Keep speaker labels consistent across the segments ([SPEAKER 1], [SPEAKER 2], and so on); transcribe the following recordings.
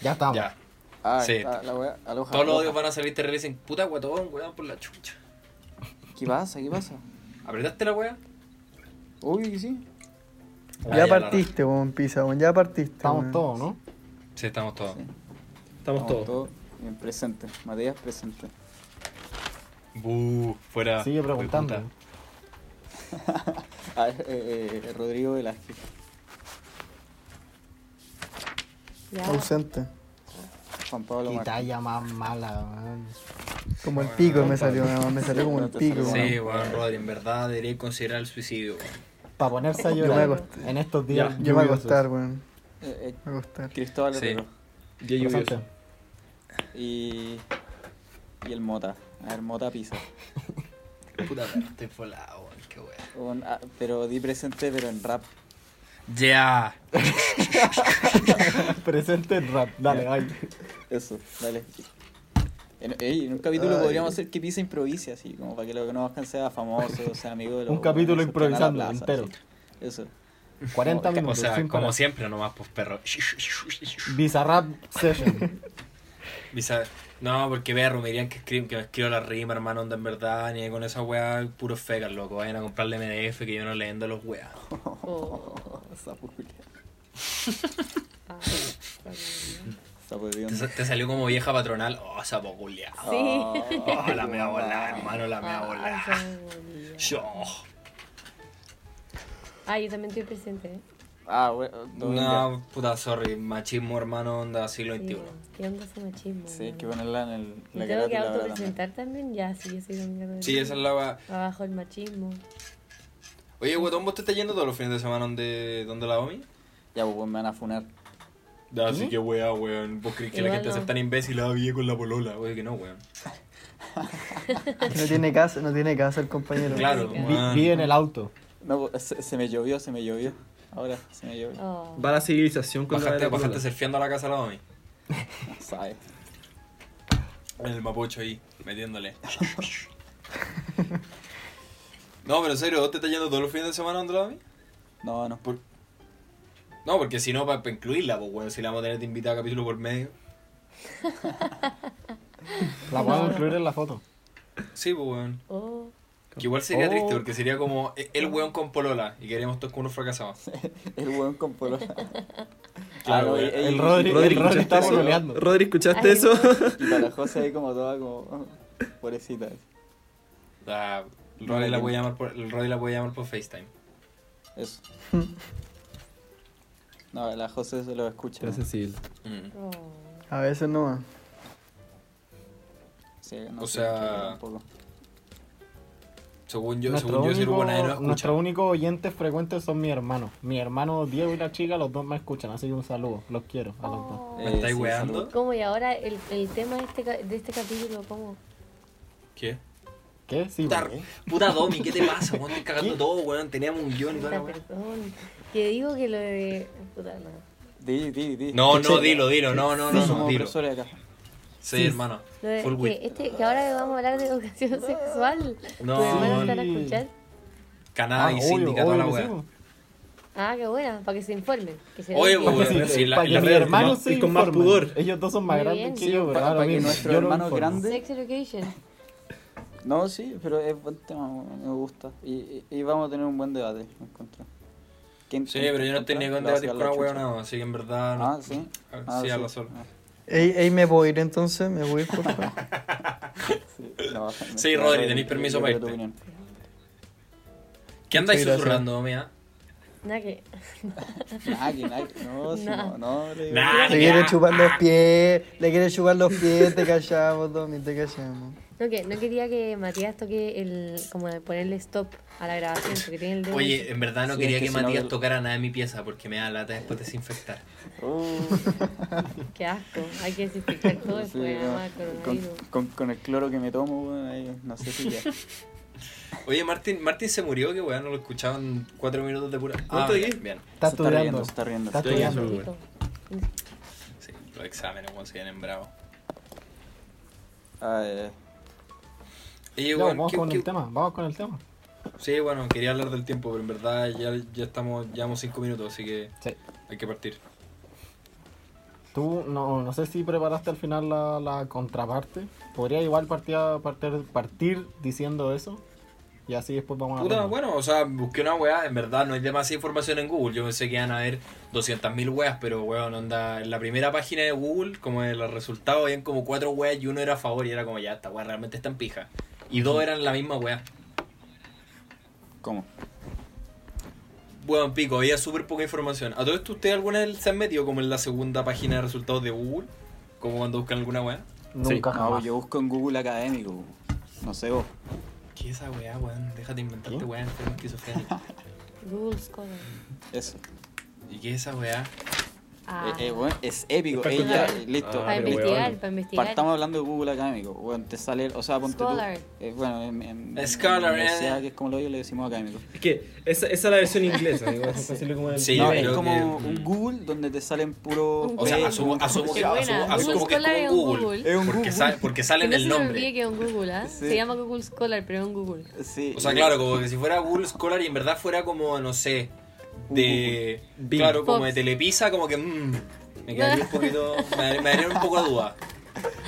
[SPEAKER 1] Ya estamos.
[SPEAKER 2] Ya.
[SPEAKER 3] Ah,
[SPEAKER 2] Sí.
[SPEAKER 3] está la wea- aloja,
[SPEAKER 2] Todos los
[SPEAKER 3] aloja.
[SPEAKER 2] odios van a salir, te dicen, puta guatón, weón, por la chucha.
[SPEAKER 3] ¿Qué pasa? ¿Qué pasa?
[SPEAKER 2] ¿Apretaste la weá?
[SPEAKER 3] Obvio que sí.
[SPEAKER 2] Ah, la
[SPEAKER 4] ya partiste, weón, Pisa, weón, ya partiste.
[SPEAKER 1] Estamos
[SPEAKER 4] weón.
[SPEAKER 1] todos, ¿no?
[SPEAKER 2] raja. Sí, estamos todos.
[SPEAKER 3] Sí.
[SPEAKER 5] Estamos todos.
[SPEAKER 3] bien presentes. Mateas presente.
[SPEAKER 2] Buh, fuera.
[SPEAKER 1] Sigue preguntando.
[SPEAKER 2] Puta.
[SPEAKER 3] Ah, eh, eh, Rodrigo Velázquez.
[SPEAKER 6] Oh,
[SPEAKER 4] Ausente.
[SPEAKER 3] Juan Pablo
[SPEAKER 1] Qué
[SPEAKER 3] Martínez.
[SPEAKER 1] talla más mala, weón.
[SPEAKER 4] Como el pico me salió, weón, me salió como el pico,
[SPEAKER 2] Sí,
[SPEAKER 4] weón.
[SPEAKER 2] weón, Rodri, en verdad debería considerar el suicidio, weón.
[SPEAKER 1] Para ponerse a
[SPEAKER 4] Yo me
[SPEAKER 1] llorar
[SPEAKER 4] acosté.
[SPEAKER 1] en estos días.
[SPEAKER 4] Yo me voy a
[SPEAKER 1] lluviosos.
[SPEAKER 4] acostar, weón.
[SPEAKER 3] Eh, eh,
[SPEAKER 4] Me voy a acostar.
[SPEAKER 3] Cristóbal
[SPEAKER 2] Sí.
[SPEAKER 3] Herrero.
[SPEAKER 5] Día lluvioso.
[SPEAKER 1] Interesante.
[SPEAKER 3] Y, y el Mota. A ver, Mota pisa.
[SPEAKER 2] Puta, pero estoy volado, weón, qué weón.
[SPEAKER 3] Un- ah, pero di presente, pero en rap.
[SPEAKER 2] Ya.
[SPEAKER 1] Presente en rap. Dale, ay.
[SPEAKER 3] Eso, dale. En, ey, en un capítulo
[SPEAKER 4] Ay.
[SPEAKER 3] podríamos hacer que pisa improvise, así, como para que lo que nos alcance sea famoso, sea amigo de los.
[SPEAKER 1] Un capítulo
[SPEAKER 3] que están en la
[SPEAKER 1] improvisando,
[SPEAKER 3] plaza,
[SPEAKER 1] entero.
[SPEAKER 3] así. Eso.
[SPEAKER 1] 40
[SPEAKER 2] Oh, O
[SPEAKER 1] minutos.
[SPEAKER 2] sea,
[SPEAKER 1] sin
[SPEAKER 2] como
[SPEAKER 1] parar.
[SPEAKER 2] siempre nomás, pues perro.
[SPEAKER 1] Bizarrap Session.
[SPEAKER 2] Visa- No, porque perro, me dirían que, escriben, que me escribo la rima, hermano, onda en verdad, ni con esa weá, puro feca, loco. Vayan a comprarle MDF que yo no le vendo a los weá.
[SPEAKER 6] oh,
[SPEAKER 3] Sapo culiao.
[SPEAKER 6] Ah, Sí.
[SPEAKER 3] Sapo de
[SPEAKER 2] Te,
[SPEAKER 3] Dios.
[SPEAKER 2] sa- te salió como vieja patronal, oh, sapo culia. Oh, la mea volá, hermano, Ah, la mea volá. Yo.
[SPEAKER 6] Ah, yo también estoy presente. ¿eh?
[SPEAKER 3] Ah, bueno,
[SPEAKER 2] No, puta, sorry, machismo, hermano, onda siglo
[SPEAKER 6] Sí,
[SPEAKER 2] XXI.
[SPEAKER 6] ¿Qué onda ese machismo?
[SPEAKER 3] Sí, hay
[SPEAKER 6] weón?
[SPEAKER 3] que ponerla en el, la
[SPEAKER 6] ¿Me tengo que
[SPEAKER 3] carátula ahora también.
[SPEAKER 6] autopresentar también? Ya, sí, yo soy Dominga Rodríguez.
[SPEAKER 2] Sí, esa es la weá.
[SPEAKER 6] Abajo el machismo.
[SPEAKER 2] Oye, guatón, ¿vos te estás yendo todos los fines de semana donde, donde la OMI?
[SPEAKER 3] Ya, pues me van a funar.
[SPEAKER 2] Así que weá, weón. ¿Vos crees
[SPEAKER 6] que la Igual gente no. sea tan
[SPEAKER 2] imbécil a bien con la polola? Oye, que no, weón.
[SPEAKER 4] No tiene casa, no tiene casa el compañero.
[SPEAKER 2] Claro,
[SPEAKER 6] Sí,
[SPEAKER 1] Vi,
[SPEAKER 2] weón.
[SPEAKER 1] vi en el auto.
[SPEAKER 3] No, pues, se, se me llovió, se me llovió. Ahora, se me llovió.
[SPEAKER 6] Oh.
[SPEAKER 5] Va la civilización con
[SPEAKER 2] Bajaste,
[SPEAKER 5] la
[SPEAKER 2] bajaste surfeando a la casa de la OMI.
[SPEAKER 3] No sabes.
[SPEAKER 2] En el mapocho ahí, metiéndole. no, pero en serio, ¿vos te estás yendo todos los fines de semana donde la OMI?
[SPEAKER 3] No, no.
[SPEAKER 2] Por- No, porque si no, para incluirla, pues weón, si la vamos a tener de invitada capítulo por medio.
[SPEAKER 1] La podemos incluir en la foto.
[SPEAKER 2] Sí, pues weón.
[SPEAKER 6] Oh.
[SPEAKER 2] Que igual sería
[SPEAKER 1] Oh.
[SPEAKER 2] triste porque sería como e- el weón con polola y queríamos todos con unos fracasados.
[SPEAKER 3] El weón con polo.
[SPEAKER 2] Claro,
[SPEAKER 3] Ah, no,
[SPEAKER 2] weón.
[SPEAKER 3] y- y-
[SPEAKER 1] El Rodri,
[SPEAKER 5] Rodri,
[SPEAKER 1] el Rodri
[SPEAKER 5] ¿escuchaste
[SPEAKER 1] está
[SPEAKER 5] eso?
[SPEAKER 1] pololeando.
[SPEAKER 5] Rodri, ¿escuchaste
[SPEAKER 6] Ay,
[SPEAKER 5] eso?
[SPEAKER 3] Y para la José ahí como toda como... oh, Pobrecita.
[SPEAKER 2] Ah, el Rodri la voy a llamar por, el Rodri la voy a llamar por FaceTime.
[SPEAKER 3] Eso. No, la José se lo escucha. ¿no?
[SPEAKER 5] Era sensible.
[SPEAKER 2] Mm.
[SPEAKER 6] Oh.
[SPEAKER 4] A veces no más.
[SPEAKER 3] Sí, no
[SPEAKER 2] O
[SPEAKER 3] sé,
[SPEAKER 2] sea-
[SPEAKER 3] tampoco.
[SPEAKER 2] Según yo,
[SPEAKER 1] Nuestro
[SPEAKER 2] según yo, Ciro Bonaero
[SPEAKER 1] único, nuestro
[SPEAKER 2] escucha.
[SPEAKER 1] único oyentes frecuentes son mis hermanos. Mi hermano Diego y la chica, los dos me escuchan, así que un saludo, los quiero a los dos.
[SPEAKER 6] Oh.
[SPEAKER 2] ¿Me estáis
[SPEAKER 3] Eh, sí,
[SPEAKER 2] weando?
[SPEAKER 3] saludos.
[SPEAKER 6] ¿Cómo? Y ahora el, el tema de este, ca- de este capítulo, ¿cómo?
[SPEAKER 2] ¿Qué?
[SPEAKER 1] ¿Qué? Sí,
[SPEAKER 2] Puta,
[SPEAKER 1] weón.
[SPEAKER 2] puta Domi, ¿qué te pasa? Weón, estoy cagando todo, weón. Teníamos un guión y toda la
[SPEAKER 6] Puta,
[SPEAKER 2] weón.
[SPEAKER 6] perdón. Que digo que lo de... Puta, no.
[SPEAKER 3] Di, di, di.
[SPEAKER 2] No, no, dilo, dilo, no, no,
[SPEAKER 3] Sí,
[SPEAKER 2] no, no,
[SPEAKER 3] somos
[SPEAKER 2] dilo.
[SPEAKER 3] profesores acá.
[SPEAKER 2] Sí, hermano.
[SPEAKER 6] Lo de-
[SPEAKER 2] Full
[SPEAKER 6] que,
[SPEAKER 2] wit.
[SPEAKER 6] este, que ahora vamos a hablar de educación sexual.
[SPEAKER 2] No,
[SPEAKER 6] ¿Tus hermanos están a
[SPEAKER 1] sí.
[SPEAKER 6] escuchar?
[SPEAKER 2] Canadá Ah, y síndica, toda la
[SPEAKER 1] que sí,
[SPEAKER 2] weón.
[SPEAKER 1] weón.
[SPEAKER 6] Ah, qué buena, para que se informen. Que se
[SPEAKER 2] Oye, pues,
[SPEAKER 6] eduquen.
[SPEAKER 2] weón.
[SPEAKER 1] Sí,
[SPEAKER 2] sí, la-
[SPEAKER 1] para
[SPEAKER 2] la
[SPEAKER 1] que mis
[SPEAKER 2] red,
[SPEAKER 1] hermanos
[SPEAKER 5] ¿no?
[SPEAKER 1] se
[SPEAKER 5] Y con más
[SPEAKER 1] informen.
[SPEAKER 5] pudor.
[SPEAKER 1] Ellos dos son más
[SPEAKER 6] Muy
[SPEAKER 1] grandes
[SPEAKER 6] bien.
[SPEAKER 1] que yo,
[SPEAKER 3] Pa-
[SPEAKER 1] pero
[SPEAKER 3] pa'
[SPEAKER 1] ahora
[SPEAKER 3] que
[SPEAKER 1] mismo,
[SPEAKER 3] nuestro
[SPEAKER 1] yo no
[SPEAKER 3] hermano
[SPEAKER 1] informo.
[SPEAKER 3] grande-
[SPEAKER 6] Sex education.
[SPEAKER 3] No, sí, pero es buen tema, me gusta. Y, y, y vamos a tener un buen debate, me encuentro. ¿Quién-
[SPEAKER 2] Sí,
[SPEAKER 3] quién
[SPEAKER 2] pero yo no
[SPEAKER 3] encuentra?
[SPEAKER 2] tenía que
[SPEAKER 3] La va a
[SPEAKER 2] debatir
[SPEAKER 3] sacar
[SPEAKER 2] con una
[SPEAKER 3] la
[SPEAKER 2] weón,
[SPEAKER 3] chucha.
[SPEAKER 2] no, así que en verdad. no.
[SPEAKER 3] Ah, sí. Ah,
[SPEAKER 2] Sí,
[SPEAKER 3] sí.
[SPEAKER 2] habla solo.
[SPEAKER 3] Ah,
[SPEAKER 4] Ey, ey, me puedo ir entonces, me voy a ir, por favor.
[SPEAKER 3] sí, no,
[SPEAKER 2] Sí,
[SPEAKER 3] no,
[SPEAKER 2] Rodri, tenéis permiso
[SPEAKER 3] yo
[SPEAKER 2] para
[SPEAKER 3] quiero tu
[SPEAKER 2] irte.
[SPEAKER 3] opinión.
[SPEAKER 2] ¿Qué andáis
[SPEAKER 4] gracias.
[SPEAKER 2] susurrando, mía?
[SPEAKER 6] Nada que...
[SPEAKER 3] Nah, que nah, que- No, sí, no,
[SPEAKER 6] Nah.
[SPEAKER 3] no. le digo.
[SPEAKER 2] Nah.
[SPEAKER 4] Le quiere chupar los pies, le quiere chupar los pies, te callamos, Domi, te callamos.
[SPEAKER 6] No, que no quería que Matías toque el... como de ponerle stop a la grabación, porque tiene el dedo...
[SPEAKER 2] Oye, en verdad no
[SPEAKER 3] Sí,
[SPEAKER 2] quería
[SPEAKER 3] es
[SPEAKER 2] que,
[SPEAKER 3] que si no,
[SPEAKER 2] Matías
[SPEAKER 3] yo-
[SPEAKER 2] tocara nada de mi pieza porque me da lata después desinfectar.
[SPEAKER 3] Uh.
[SPEAKER 6] Qué asco. Hay que desinfectar todo
[SPEAKER 3] Sí,
[SPEAKER 6] después,
[SPEAKER 3] no,
[SPEAKER 6] además,
[SPEAKER 3] con,
[SPEAKER 6] coronavirus.
[SPEAKER 3] con- con el cloro que me tomo, weón, ahí, no sé si ya.
[SPEAKER 2] Oye, Martín, Martín se murió, que weón, no lo escuchaban cuatro minutos de pura. Ah,
[SPEAKER 5] estoy
[SPEAKER 2] bien,
[SPEAKER 5] aquí.
[SPEAKER 2] bien.
[SPEAKER 1] Está
[SPEAKER 3] Se está riendo,
[SPEAKER 1] estudiando.
[SPEAKER 3] se está riendo.
[SPEAKER 1] Está
[SPEAKER 5] Estoy aquí,
[SPEAKER 1] estudiando.
[SPEAKER 5] solo, weón.
[SPEAKER 2] Sí, los exámenes, weón, se vienen bravos.
[SPEAKER 3] Ah, eh,
[SPEAKER 2] Oye,
[SPEAKER 1] Ya,
[SPEAKER 2] weón,
[SPEAKER 1] vamos
[SPEAKER 2] ¿qué-
[SPEAKER 1] con
[SPEAKER 2] qué-
[SPEAKER 1] el tema, vamos con el tema.
[SPEAKER 2] Sí, bueno, quería hablar del tiempo, pero en verdad ya, ya estamos, llevamos cinco minutos, así que
[SPEAKER 1] Sí.
[SPEAKER 2] hay que partir.
[SPEAKER 1] Tú, no, no sé si preparaste al final la, la contraparte. Podría igual partir, partir, partir diciendo eso. Y así después vamos a...
[SPEAKER 2] Puta, bueno, o sea, busqué una weá, en verdad no hay demasiada información en Google. Yo pensé que iban a haber 200.000 weas, pero weón, onda, en la primera página de Google, como en los resultados, habían como cuatro weas y uno era a favor y era como ya, esta wea realmente está en pija. Y dos eran la misma wea.
[SPEAKER 3] ¿Cómo?
[SPEAKER 2] Weón, pico, había súper poca información. ¿A todo esto ustedes alguna vez se han metido como en la segunda página de resultados de Google? Como cuando buscan alguna wea.
[SPEAKER 1] Nunca
[SPEAKER 3] No,
[SPEAKER 1] jamás.
[SPEAKER 3] yo busco en Google académico. No sé vos.
[SPEAKER 2] ¿Qué es esa weá, weón? Déjate inventarte
[SPEAKER 1] ¿Qué?
[SPEAKER 2] weá, enfermo esquizofrénico.
[SPEAKER 6] Google Scholar.
[SPEAKER 3] Eh, Eso.
[SPEAKER 2] ¿Y qué es esa weá?
[SPEAKER 6] Ah,
[SPEAKER 3] Eh, eh, bueno, es épico.
[SPEAKER 5] Es
[SPEAKER 3] eh, ya,
[SPEAKER 6] particular.
[SPEAKER 3] listo.
[SPEAKER 5] Ah,
[SPEAKER 6] para
[SPEAKER 5] pero
[SPEAKER 6] investigar,
[SPEAKER 5] weón.
[SPEAKER 6] para investigar.
[SPEAKER 3] Partamos hablando de Google académico. Bueno, te sale, o sea, ponte tú.
[SPEAKER 6] Scholar.
[SPEAKER 3] eh, bueno, en, en, en
[SPEAKER 2] Scholar,
[SPEAKER 3] la
[SPEAKER 2] eh.
[SPEAKER 3] universidad, que es como lo yo le decimos académico.
[SPEAKER 5] Es que esa, esa es la versión inglesa, digo, es decirlo como el-
[SPEAKER 2] Sí,
[SPEAKER 3] no,
[SPEAKER 2] yo
[SPEAKER 3] es
[SPEAKER 2] creo
[SPEAKER 3] como
[SPEAKER 2] que-
[SPEAKER 3] un Google donde te salen puros.
[SPEAKER 6] Un
[SPEAKER 2] O sea,
[SPEAKER 3] Facebook,
[SPEAKER 2] asumo, asumo que,
[SPEAKER 6] Qué buena.
[SPEAKER 2] asumo, asumo
[SPEAKER 6] Google
[SPEAKER 2] que es como
[SPEAKER 6] Scholar es
[SPEAKER 2] un
[SPEAKER 6] un
[SPEAKER 2] Google.
[SPEAKER 6] Google.
[SPEAKER 3] Es un
[SPEAKER 2] porque,
[SPEAKER 3] Google.
[SPEAKER 2] sale- porque sale
[SPEAKER 6] Que
[SPEAKER 2] en
[SPEAKER 6] no se
[SPEAKER 2] el
[SPEAKER 6] me olvide
[SPEAKER 2] nombre.
[SPEAKER 6] que es un Google, ¿ah?
[SPEAKER 3] Sí.
[SPEAKER 6] Se llama Google Scholar, pero es un Google.
[SPEAKER 3] Sí.
[SPEAKER 2] O sea,
[SPEAKER 3] y-
[SPEAKER 2] claro, como que si fuera Google Scholar y en verdad fuera como, no sé, de.
[SPEAKER 5] Bing.
[SPEAKER 2] Claro, como
[SPEAKER 6] Fox.
[SPEAKER 2] de Telepisa, como que. mm, me quedaría un poquito. Me, dar- me daría un poco de duda.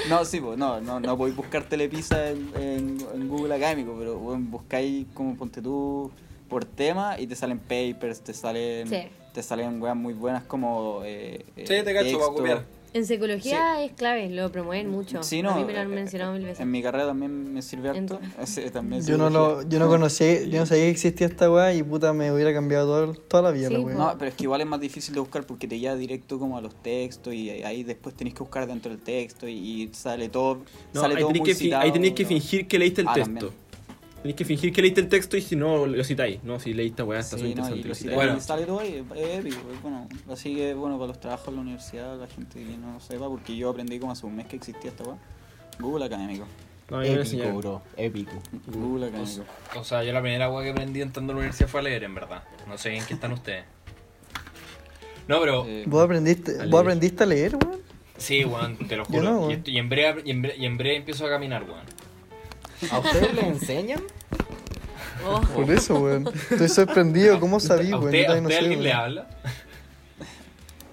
[SPEAKER 3] No, sí, pues, no, no, no podéis buscar Telepizza en, en, en Google Académico, pero bueno, buscáis como ponte tú por tema y te salen papers, te salen,
[SPEAKER 6] Sí.
[SPEAKER 3] te salen weas muy buenas como. Eh, eh,
[SPEAKER 2] Sí, te cacho,
[SPEAKER 3] texto.
[SPEAKER 2] va a copiar.
[SPEAKER 6] En psicología es clave, lo promueven mucho.
[SPEAKER 3] Sí, no,
[SPEAKER 6] A mí me lo han
[SPEAKER 3] eh,
[SPEAKER 6] mencionado mil veces.
[SPEAKER 3] En mi carrera también me sirve harto. Sí, también
[SPEAKER 4] Yo no, lo,
[SPEAKER 3] sirve.
[SPEAKER 4] yo no conocí, yo no sabía que existía esta weá y puta me hubiera cambiado todo el- toda la vida
[SPEAKER 6] Sí,
[SPEAKER 4] la
[SPEAKER 6] pues.
[SPEAKER 4] weá.
[SPEAKER 3] No, pero es que igual es más difícil de buscar porque te lleva directo como a los textos y ahí después tenés que buscar dentro del texto y, y sale todo.
[SPEAKER 5] No,
[SPEAKER 3] sale
[SPEAKER 5] ahí
[SPEAKER 3] todo
[SPEAKER 5] tenéis
[SPEAKER 3] muy
[SPEAKER 5] que, fi-
[SPEAKER 3] citado,
[SPEAKER 5] ahí tenéis que
[SPEAKER 3] ¿no?
[SPEAKER 5] fingir que leíste el
[SPEAKER 3] Ah,
[SPEAKER 5] texto. Tenéis que fingir que leíste el texto y si no, lo citáis. No, si leíste, weá, está súper
[SPEAKER 3] Sí, no,
[SPEAKER 5] interesante.
[SPEAKER 3] y
[SPEAKER 5] lo
[SPEAKER 3] lo
[SPEAKER 5] citáis.
[SPEAKER 2] Bueno.
[SPEAKER 3] bueno. sale todo ahí, es épico, es bueno. Así que bueno, para los trabajos en la universidad, la gente que no sepa, porque yo aprendí como hace un mes que existía esta weá. Google académico.
[SPEAKER 5] No, yo me lo
[SPEAKER 1] Épico,
[SPEAKER 5] enseñaron.
[SPEAKER 1] bro. Épico.
[SPEAKER 3] Google académico.
[SPEAKER 2] O sea, yo la primera agua que aprendí entrando a la universidad fue a leer, en verdad. No sé en qué están ustedes. No, pero.
[SPEAKER 3] Eh,
[SPEAKER 4] ¿Vos aprendiste,
[SPEAKER 5] A
[SPEAKER 4] ¿Vos
[SPEAKER 5] leer.
[SPEAKER 4] aprendiste a leer, weón?
[SPEAKER 2] Sí, weón, te lo
[SPEAKER 4] Yo
[SPEAKER 2] juro.
[SPEAKER 4] no, weón.
[SPEAKER 2] y, esto- y en breve, y en breve- y en breve empiezo a caminar, weón.
[SPEAKER 1] ¿A ustedes les enseñan?
[SPEAKER 6] Oh,
[SPEAKER 4] Por eso, weón. Estoy sorprendido, ¿cómo sabí,
[SPEAKER 2] ¿A
[SPEAKER 4] weón?
[SPEAKER 2] usted,
[SPEAKER 4] Yo
[SPEAKER 2] a
[SPEAKER 4] todavía no
[SPEAKER 2] usted
[SPEAKER 4] sé,
[SPEAKER 2] alguien le
[SPEAKER 4] weón.
[SPEAKER 2] habla?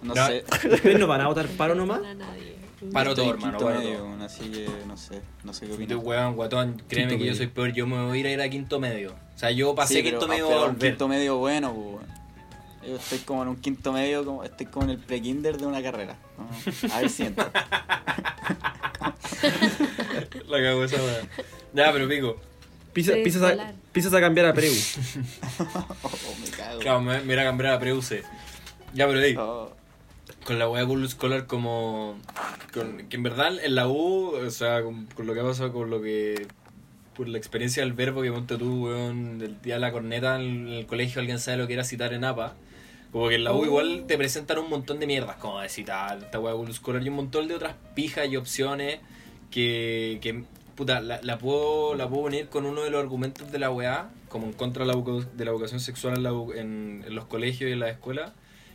[SPEAKER 3] no,
[SPEAKER 2] no.
[SPEAKER 3] sé.
[SPEAKER 5] ¿Ustedes no van a votar paro nomás?
[SPEAKER 6] a nadie.
[SPEAKER 2] Paro
[SPEAKER 3] estoy
[SPEAKER 2] todo,
[SPEAKER 3] en
[SPEAKER 2] hermano,
[SPEAKER 3] quinto
[SPEAKER 2] paro
[SPEAKER 3] medio,
[SPEAKER 2] todo.
[SPEAKER 3] bueno, así que no sé, no sé qué
[SPEAKER 2] De
[SPEAKER 3] opinas.
[SPEAKER 2] weón, guatón, créeme
[SPEAKER 5] Quinto
[SPEAKER 2] que yo
[SPEAKER 5] medio.
[SPEAKER 2] soy peor, yo me voy a ir a ir a quinto medio. O sea, yo pasé
[SPEAKER 3] Sí, pero-
[SPEAKER 2] quinto
[SPEAKER 3] ah,
[SPEAKER 2] medio
[SPEAKER 3] pero
[SPEAKER 2] a
[SPEAKER 3] un
[SPEAKER 2] volver.
[SPEAKER 3] quinto medio bueno, pues, weón. Yo estoy como en un quinto medio, como, estoy como en el pre-kinder de una carrera. ¿no? A ver si entro.
[SPEAKER 2] La cago esa weón. Ya, pero pico.
[SPEAKER 5] Pisa-
[SPEAKER 6] Sí,
[SPEAKER 5] Pisas a,
[SPEAKER 6] volar.
[SPEAKER 5] pisas a cambiar a Preu.
[SPEAKER 3] Oh, me cago.
[SPEAKER 2] Claro, me, me irá a cambiar a Preuce. Ya, pero hey,
[SPEAKER 3] Oh,
[SPEAKER 2] con la weá Google Scholar como. con- que en verdad en la U, o sea, con, con lo que ha pasado, con lo que. Por la experiencia del verbo que ponte tú, weón, del día de la corneta en el colegio, alguien sabe lo que era citar en APA. Como que en la U igual te presentan un montón de mierdas, como de citar, esta weá Google Scholar y un montón de otras pijas y opciones que, que puta, la, la puedo, la puedo unir con uno de los argumentos de la weá, como en contra de la, educa- de la educación sexual en, la u- en- en los colegios y en las escuelas,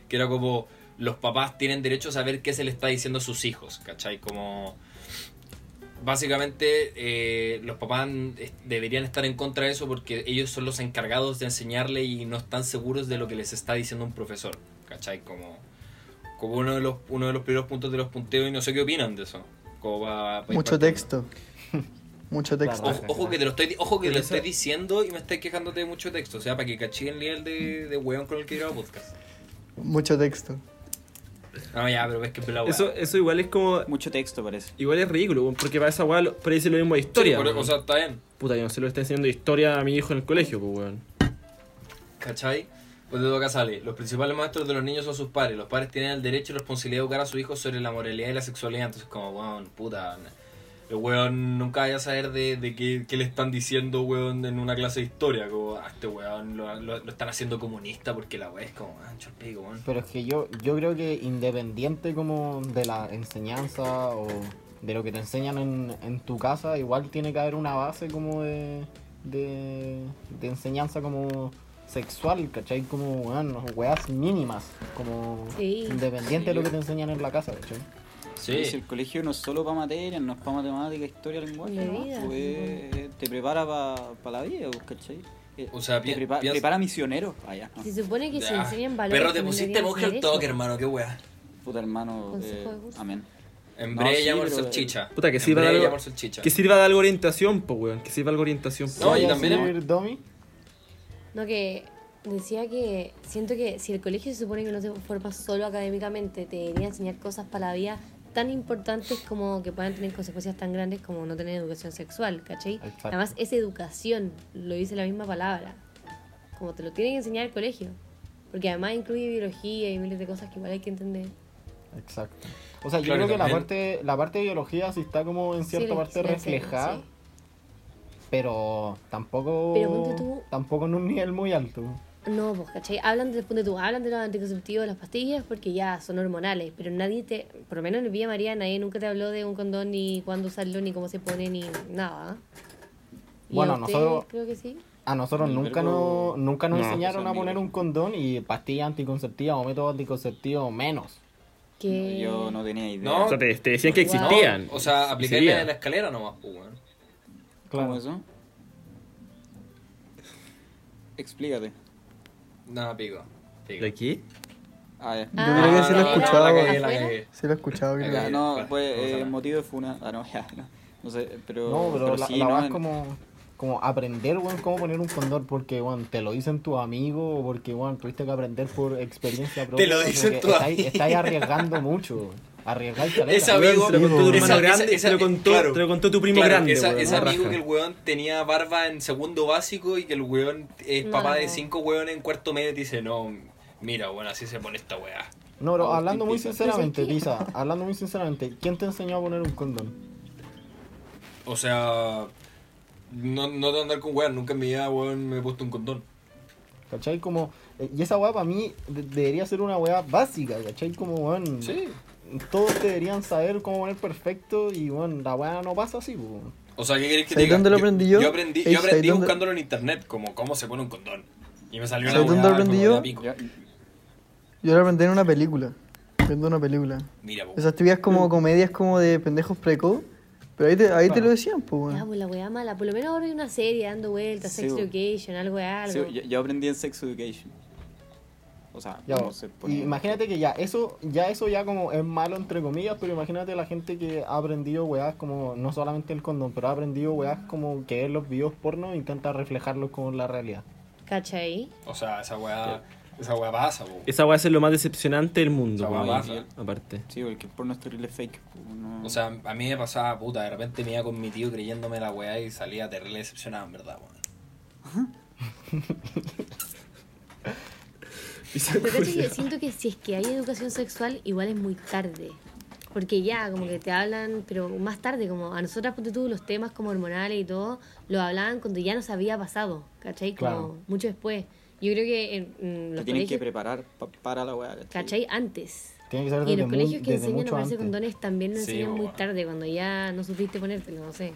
[SPEAKER 2] que era como los papás tienen derecho a saber qué se le está diciendo a sus hijos, ¿cachai? Como básicamente eh, los papás eh, deberían estar en contra de eso porque ellos son los encargados de enseñarle y no están seguros de lo que les está diciendo un profesor, ¿cachai? Como, como uno, de los, uno de los primeros puntos de los punteos y no sé qué opinan de eso. Como pa- pa-
[SPEAKER 4] Mucho
[SPEAKER 2] pa-
[SPEAKER 4] texto. Mucho texto.
[SPEAKER 2] Ojo, ojo que te lo estoy, ojo que te lo
[SPEAKER 5] Pero eso-
[SPEAKER 2] estoy diciendo y me estáis quejándote de mucho texto. O sea, para que cachí el nivel de, de weón con el que grabo podcast.
[SPEAKER 4] Mucho texto.
[SPEAKER 2] No, ya, pero ves que es la weá.
[SPEAKER 5] Eso, eso igual es como.
[SPEAKER 3] Oh, mucho texto parece.
[SPEAKER 5] Igual es ridículo, weón, porque para esa weá lo- pero dice lo mismo de
[SPEAKER 2] Sí,
[SPEAKER 5] historia.
[SPEAKER 2] por-
[SPEAKER 5] weón.
[SPEAKER 2] o sea, está bien.
[SPEAKER 5] Puta, yo no se lo está enseñando historia a mi hijo en el colegio, pues, weón.
[SPEAKER 2] ¿Cachai? Pues de acá sale. Los principales maestros de los niños son sus padres. Los padres tienen el derecho y la responsabilidad de educar a sus hijos sobre la moralidad y la sexualidad. Entonces, como, weón, puta. El weón nunca vaya a saber de, de qué, qué le están diciendo, weón, en una clase de historia. Como, ah, este weón lo, lo- lo están haciendo comunista porque la weá es como, ah, chorpico, weón.
[SPEAKER 1] Pero es que yo, yo creo que independiente como de la enseñanza o de lo que te enseñan en, en tu casa, igual tiene que haber una base como de, de, de enseñanza como sexual, ¿cachai? Como, bueno, weas mínimas, como
[SPEAKER 6] Sí.
[SPEAKER 1] independiente de lo que te enseñan en la casa, ¿cachai?
[SPEAKER 2] Sí.
[SPEAKER 3] Si el colegio no es solo para materias, no es para matemática, historia, lenguaje,
[SPEAKER 6] La
[SPEAKER 3] ¿no?
[SPEAKER 6] vida,
[SPEAKER 3] Pues, te prepara para la vida, pues, ¿cachai? Eh,
[SPEAKER 2] O sea,
[SPEAKER 3] te
[SPEAKER 2] pi-
[SPEAKER 3] prepa-
[SPEAKER 2] piensa-
[SPEAKER 3] prepara misioneros allá.
[SPEAKER 6] Se supone que se
[SPEAKER 2] Ya.
[SPEAKER 6] enseñan valores.
[SPEAKER 2] Ah, Perro, te
[SPEAKER 6] pero no
[SPEAKER 2] pusiste
[SPEAKER 6] deberían
[SPEAKER 2] monje
[SPEAKER 6] enseñar
[SPEAKER 2] al toque,
[SPEAKER 6] eso.
[SPEAKER 2] hermano, qué weá.
[SPEAKER 3] Puta hermano, eh,
[SPEAKER 6] Consejo de curso.
[SPEAKER 3] amén.
[SPEAKER 2] En
[SPEAKER 3] No,
[SPEAKER 2] breve
[SPEAKER 3] sí,
[SPEAKER 2] llamo al
[SPEAKER 3] pero-
[SPEAKER 2] salchicha.
[SPEAKER 5] Puta, que
[SPEAKER 2] En
[SPEAKER 5] sí,
[SPEAKER 2] breve
[SPEAKER 5] dale-
[SPEAKER 2] llamo al salchicha.
[SPEAKER 5] Que sirva de algo orientación, pues, weón. Que sirva de algo orientación. po.
[SPEAKER 2] No, y
[SPEAKER 1] ¿Qué
[SPEAKER 2] también-
[SPEAKER 1] vas a decir, Domi?
[SPEAKER 6] No, que decía que siento que si el colegio se supone que no te forma solo académicamente, te debería enseñar cosas para la vida tan importantes como que puedan tener consecuencias tan grandes como no tener educación sexual, ¿cachai?
[SPEAKER 1] Exacto.
[SPEAKER 6] Además es educación, lo dice la misma palabra, como te lo tienen que enseñar el colegio, porque además incluye biología y miles de cosas que igual hay que entender.
[SPEAKER 1] Exacto. O sea, yo
[SPEAKER 2] Claro,
[SPEAKER 1] creo que la
[SPEAKER 2] también.
[SPEAKER 1] parte, la parte de biología sí está como en cierta
[SPEAKER 6] Sí, la-
[SPEAKER 1] parte
[SPEAKER 6] la enseñan,
[SPEAKER 1] reflejada,
[SPEAKER 6] sí.
[SPEAKER 1] pero tampoco
[SPEAKER 6] Pero ponte tú-
[SPEAKER 1] tampoco en un nivel muy alto.
[SPEAKER 6] No, pues, ¿cachai? Hablan de, ponte tú, hablan de los anticonceptivos, de las pastillas, porque ya son hormonales, pero nadie te, por lo menos en Villa María, nadie nunca te habló de un condón, ni cuándo usarlo, ni cómo se pone, ni nada. ¿Y
[SPEAKER 1] Bueno,
[SPEAKER 6] a ustedes
[SPEAKER 1] nosotros-
[SPEAKER 6] Creo que sí.
[SPEAKER 1] A nosotros
[SPEAKER 3] El
[SPEAKER 1] nunca,
[SPEAKER 3] verbo-
[SPEAKER 1] nos, nunca nos
[SPEAKER 5] No,
[SPEAKER 1] enseñaron
[SPEAKER 3] pues,
[SPEAKER 1] a poner
[SPEAKER 3] amigo.
[SPEAKER 1] un condón y pastillas anticonceptivas o métodos anticonceptivos menos.
[SPEAKER 6] Que...
[SPEAKER 3] Yo no tenía idea.
[SPEAKER 2] No,
[SPEAKER 5] O sea, te, te decían que
[SPEAKER 6] No,
[SPEAKER 5] existían.
[SPEAKER 2] o sea, aplicarle
[SPEAKER 5] Sería.
[SPEAKER 2] en la escalera nomás, pues, weón.
[SPEAKER 3] ¿Cómo eso? Explícate.
[SPEAKER 2] Nada, pico. pico.
[SPEAKER 5] ¿De aquí?
[SPEAKER 3] Ah, ya.
[SPEAKER 4] Yo creo que sí lo he
[SPEAKER 6] ¿afuera?
[SPEAKER 4] escuchado.
[SPEAKER 2] la cagué, la
[SPEAKER 6] ¿Afuera?
[SPEAKER 2] cagué.
[SPEAKER 4] Sí lo he escuchado, creo.
[SPEAKER 3] Acá,
[SPEAKER 2] eh,
[SPEAKER 3] no,
[SPEAKER 2] para,
[SPEAKER 3] pues
[SPEAKER 2] vamos a
[SPEAKER 3] eh,
[SPEAKER 2] hablar.
[SPEAKER 3] motivo de funa. Ah, no, ya, no. No sé, pero.
[SPEAKER 1] No, pero, la,
[SPEAKER 3] sí,
[SPEAKER 1] la
[SPEAKER 3] no,
[SPEAKER 1] verdad es
[SPEAKER 3] en-
[SPEAKER 1] como, como aprender, weón, cómo poner un condón porque, weón, te lo dicen tus amigos o porque, weón, tuviste que aprender por experiencia propia.
[SPEAKER 2] lo
[SPEAKER 1] como
[SPEAKER 2] dicen
[SPEAKER 1] que
[SPEAKER 2] tus
[SPEAKER 1] estáis-
[SPEAKER 2] amigos.
[SPEAKER 1] Estáis arriesgando mucho. Arriesgáis caleta.
[SPEAKER 2] Ese
[SPEAKER 5] Weón,
[SPEAKER 2] amigo,
[SPEAKER 5] se lo contó tu
[SPEAKER 2] esa-
[SPEAKER 5] hermano
[SPEAKER 2] esa-
[SPEAKER 5] grande,
[SPEAKER 2] esa-
[SPEAKER 5] se lo contó,
[SPEAKER 2] claro.
[SPEAKER 5] te lo contó tu primo
[SPEAKER 2] Claro,
[SPEAKER 5] grande.
[SPEAKER 2] esa-
[SPEAKER 5] weón,
[SPEAKER 2] ese
[SPEAKER 5] la
[SPEAKER 2] amigo
[SPEAKER 5] raja.
[SPEAKER 2] que el weón tenía barba en segundo básico y que el weón es
[SPEAKER 6] No.
[SPEAKER 2] papá de cinco weones en cuarto medio y te dice, no, mira, weón, así se pone esta weá.
[SPEAKER 1] No,
[SPEAKER 2] Oh,
[SPEAKER 1] pero
[SPEAKER 3] Agustín
[SPEAKER 1] hablando muy
[SPEAKER 3] Pisa.
[SPEAKER 1] sinceramente,
[SPEAKER 6] Pues es
[SPEAKER 1] Pisa, hablando muy sinceramente, ¿quién te enseñó a poner un condón?
[SPEAKER 2] O sea, no, no de andar con weón, nunca en mi vida, weón, me he puesto un condón.
[SPEAKER 1] ¿Cachai? Como, eh, y esa weá para mí de- debería ser una weá básica, ¿cachai? Como, weón, todos deberían saber cómo poner perfecto y, weón, la weá no pasa así, weón.
[SPEAKER 2] O sea, ¿qué querés que te
[SPEAKER 4] ¿Sabes
[SPEAKER 2] diga?
[SPEAKER 4] dónde lo aprendí yo?
[SPEAKER 2] Yo aprendí,
[SPEAKER 4] Ey,
[SPEAKER 2] yo aprendí
[SPEAKER 4] ¿sabes dónde-
[SPEAKER 2] buscándolo en internet, como cómo se pone un condón. Y me salió una
[SPEAKER 4] ¿Sabes
[SPEAKER 2] weá,
[SPEAKER 4] dónde aprendí
[SPEAKER 2] como de
[SPEAKER 4] yo?
[SPEAKER 2] pico.
[SPEAKER 3] Ya,
[SPEAKER 4] Yo lo aprendí en una película. Viendo una película.
[SPEAKER 2] Mira, po.
[SPEAKER 4] Esas típicas
[SPEAKER 2] Mm.
[SPEAKER 4] como comedias como de pendejos precoz. Pero ahí te, ahí te lo decían, pues,
[SPEAKER 6] Ya,
[SPEAKER 4] weón.
[SPEAKER 6] pues la weá mala. Por lo menos ahora hay una serie dando vueltas,
[SPEAKER 3] Sí,
[SPEAKER 6] Sex
[SPEAKER 4] pues.
[SPEAKER 3] bo.
[SPEAKER 6] Education, algo de
[SPEAKER 3] sí,
[SPEAKER 6] algo.
[SPEAKER 3] yo, yo aprendí en Sex Education. O sea,
[SPEAKER 1] Ya,
[SPEAKER 3] cómo se pone-
[SPEAKER 1] y imagínate que ya eso, ya eso ya como es malo entre comillas, pero imagínate la gente que ha aprendido weás como, no solamente el condón, pero ha aprendido weás como que es los videos porno e intenta reflejarlo con la realidad.
[SPEAKER 6] ¿Cachai?
[SPEAKER 2] O sea, esa weá, esa weá pasa, po.
[SPEAKER 5] Esa weá es lo más decepcionante del mundo,
[SPEAKER 2] Esa weá
[SPEAKER 5] weón.
[SPEAKER 2] pasa.
[SPEAKER 5] Aparte.
[SPEAKER 3] Sí, porque por nuestro terrible fake. pues, no-
[SPEAKER 2] O sea, a mí me pasaba puta, de repente me iba con mi tío creyéndome la weá y salía terrible decepcionado, en verdad, weón.
[SPEAKER 6] Pero cacho que siento que si es que hay educación sexual, igual es muy tarde. Porque ya, como que te hablan, pero más tarde, como a nosotras, ponte tú, los temas como hormonales y todo, lo hablaban cuando ya nos había pasado, ¿cachai? Como
[SPEAKER 1] Claro.
[SPEAKER 6] mucho después. Yo creo que en, en
[SPEAKER 3] te tienen
[SPEAKER 6] los
[SPEAKER 3] que
[SPEAKER 6] colegios,
[SPEAKER 3] preparar pa- para la weá.
[SPEAKER 6] ¿cachai? Antes.
[SPEAKER 1] Tiene que ser
[SPEAKER 6] Y
[SPEAKER 1] desde,
[SPEAKER 6] los
[SPEAKER 1] muy-
[SPEAKER 6] colegios que
[SPEAKER 1] desde
[SPEAKER 6] enseñan a
[SPEAKER 1] mucho
[SPEAKER 6] ponerse
[SPEAKER 1] antes.
[SPEAKER 6] condones también lo
[SPEAKER 2] Sí,
[SPEAKER 6] enseñan muy
[SPEAKER 2] bueno.
[SPEAKER 6] tarde, cuando ya no supiste ponértelo, no sé.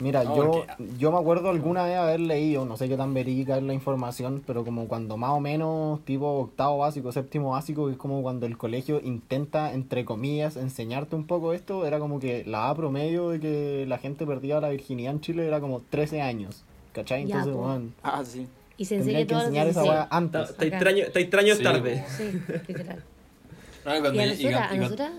[SPEAKER 1] Mira,
[SPEAKER 2] No,
[SPEAKER 1] yo,
[SPEAKER 2] porque-
[SPEAKER 1] yo me acuerdo alguna vez haber leído, no sé qué tan verídica es la información, pero como cuando más o menos, tipo octavo básico, séptimo básico, que es como cuando el colegio intenta, entre comillas, enseñarte un poco esto, era como que la A promedio de que la gente perdía la virginidad en Chile era como 13 años, ¿cachai?
[SPEAKER 6] Ya,
[SPEAKER 1] Entonces,
[SPEAKER 6] po.
[SPEAKER 1] weón,
[SPEAKER 3] Ah, sí.
[SPEAKER 6] Y se enseña
[SPEAKER 1] tendrían que
[SPEAKER 6] todo
[SPEAKER 1] enseñar esa weá
[SPEAKER 5] Está,
[SPEAKER 1] antes.
[SPEAKER 5] está extraño, está extraño
[SPEAKER 2] Sí,
[SPEAKER 5] tarde.
[SPEAKER 2] po.
[SPEAKER 6] Sí, literal.
[SPEAKER 2] No, y cuando
[SPEAKER 6] Y a
[SPEAKER 2] yo- y
[SPEAKER 6] nosotras,
[SPEAKER 2] cuando-
[SPEAKER 6] a
[SPEAKER 2] y cuando-
[SPEAKER 6] nosotras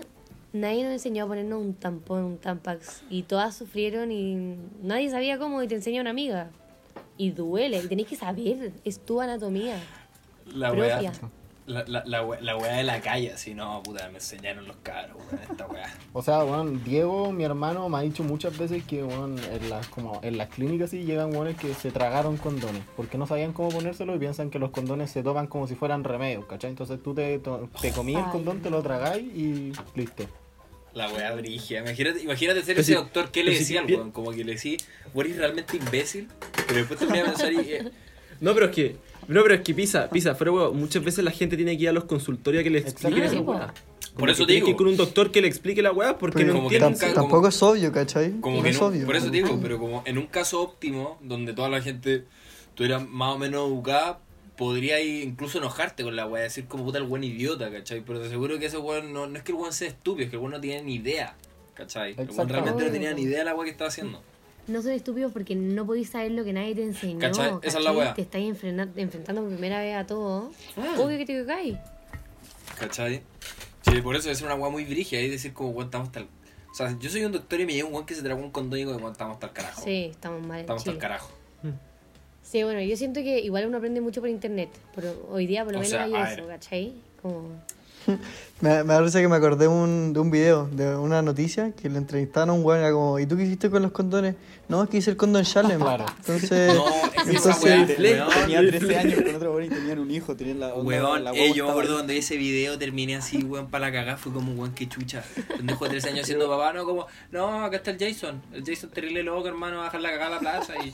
[SPEAKER 6] nadie nos enseñó a ponernos un tampón, un tampax. Y todas sufrieron y nadie sabía cómo y te enseña una amiga. Y duele, y tenés que saber, es tu anatomía.
[SPEAKER 2] La
[SPEAKER 6] Propia.
[SPEAKER 2] weá. La, la, la, we- la weá de la calle, así, no, puta, me enseñaron los caros, weón, esta weá.
[SPEAKER 1] O sea, weón, Diego, mi hermano, me ha dicho muchas veces que, weón, en las, como en las clínicas sí llegan weones que se tragaron condones, porque no sabían cómo ponérselo y piensan que los condones se toman como si fueran remedios, ¿cachai? Entonces tú te, to- te comías el
[SPEAKER 6] Ay.
[SPEAKER 1] condón, te lo tragáis y listo.
[SPEAKER 2] La weá brigia. Imagínate, imagínate ser
[SPEAKER 5] Pero
[SPEAKER 2] ese
[SPEAKER 5] si-
[SPEAKER 2] doctor, ¿qué le
[SPEAKER 5] pero si
[SPEAKER 2] decía al
[SPEAKER 5] pi-
[SPEAKER 2] weón? Como que le decía, vos eres realmente imbécil, pero después te ponía a pensar y. eh,
[SPEAKER 5] No, pero es que. No, pero es que pisa, pisa, fuera huevo. Muchas veces la gente tiene que ir a los consultorios a que le expliquen
[SPEAKER 1] Exacto.
[SPEAKER 5] esa weá.
[SPEAKER 2] por eso te
[SPEAKER 5] Tiene que ir
[SPEAKER 2] digo.
[SPEAKER 5] con un doctor que le explique la weá porque
[SPEAKER 4] Pero
[SPEAKER 5] no
[SPEAKER 2] como que
[SPEAKER 5] entienden.
[SPEAKER 2] nunca-
[SPEAKER 5] sí.
[SPEAKER 2] como-
[SPEAKER 4] Tampoco es obvio, ¿cachai?
[SPEAKER 2] Como
[SPEAKER 4] no
[SPEAKER 2] que
[SPEAKER 4] es
[SPEAKER 2] no-
[SPEAKER 4] obvio.
[SPEAKER 2] por eso te digo, pero como en un caso óptimo, donde toda la gente tuviera más o menos educada, podría ahí incluso enojarte con la weá, decir como puta el buen idiota, ¿cachai? Pero te aseguro que ese weón no, no es que el weón sea estúpido, es que el weón no tiene ni idea, ¿cachai? El weón
[SPEAKER 1] Exacto.
[SPEAKER 2] realmente no tenía ni idea de la weá que estaba haciendo.
[SPEAKER 6] No son estúpidos porque no podéis saber lo que nadie te enseñó.
[SPEAKER 2] ¿Cachai? Esa es la
[SPEAKER 6] ¿cachai?
[SPEAKER 2] weá. Ah.
[SPEAKER 6] Te estáis enfrena- enfrentando por primera vez a todo. Obvio que te caes.
[SPEAKER 2] ¿Cachai? Sí, que por eso es una weá muy brígida y decir como, weón, estamos tal... O sea, yo soy un doctor y me llega un weón que se tragó un condón y digo, weón, estamos tal carajo.
[SPEAKER 6] Sí, estamos mal. en
[SPEAKER 2] Estamos
[SPEAKER 6] Chile.
[SPEAKER 2] tal carajo.
[SPEAKER 6] Sí, bueno, yo siento que igual uno aprende mucho por internet. Por, hoy día, por lo
[SPEAKER 2] O
[SPEAKER 6] menos,
[SPEAKER 2] sea,
[SPEAKER 6] hay
[SPEAKER 2] a
[SPEAKER 6] eso,
[SPEAKER 2] ver.
[SPEAKER 6] ¿cachai? Como.
[SPEAKER 4] Me, me da risa que me acordé un- de un video, de una noticia, que le entrevistaron a un weón, era como, ¿y tú qué hiciste con los condones? No, es que hice el condón challenge.
[SPEAKER 1] Claro.
[SPEAKER 4] Entonces,
[SPEAKER 2] No, es que esa
[SPEAKER 4] Entonces,
[SPEAKER 2] weá,
[SPEAKER 4] te-
[SPEAKER 2] weón,
[SPEAKER 3] tenía 13 años con otra buena y tenían un hijo, tenían la onda,
[SPEAKER 2] Weón,
[SPEAKER 3] la
[SPEAKER 2] eh,
[SPEAKER 3] guagua
[SPEAKER 2] yo me
[SPEAKER 3] estaba-
[SPEAKER 2] acuerdo cuando ese video terminé así, weón, para la cagada, fue como, weón, qué chucha. Pendejo de 13 años siendo papá, no, como, no, acá está el Jason. El Jason terrible loco, hermano, va a dejar la cagada a la plaza y...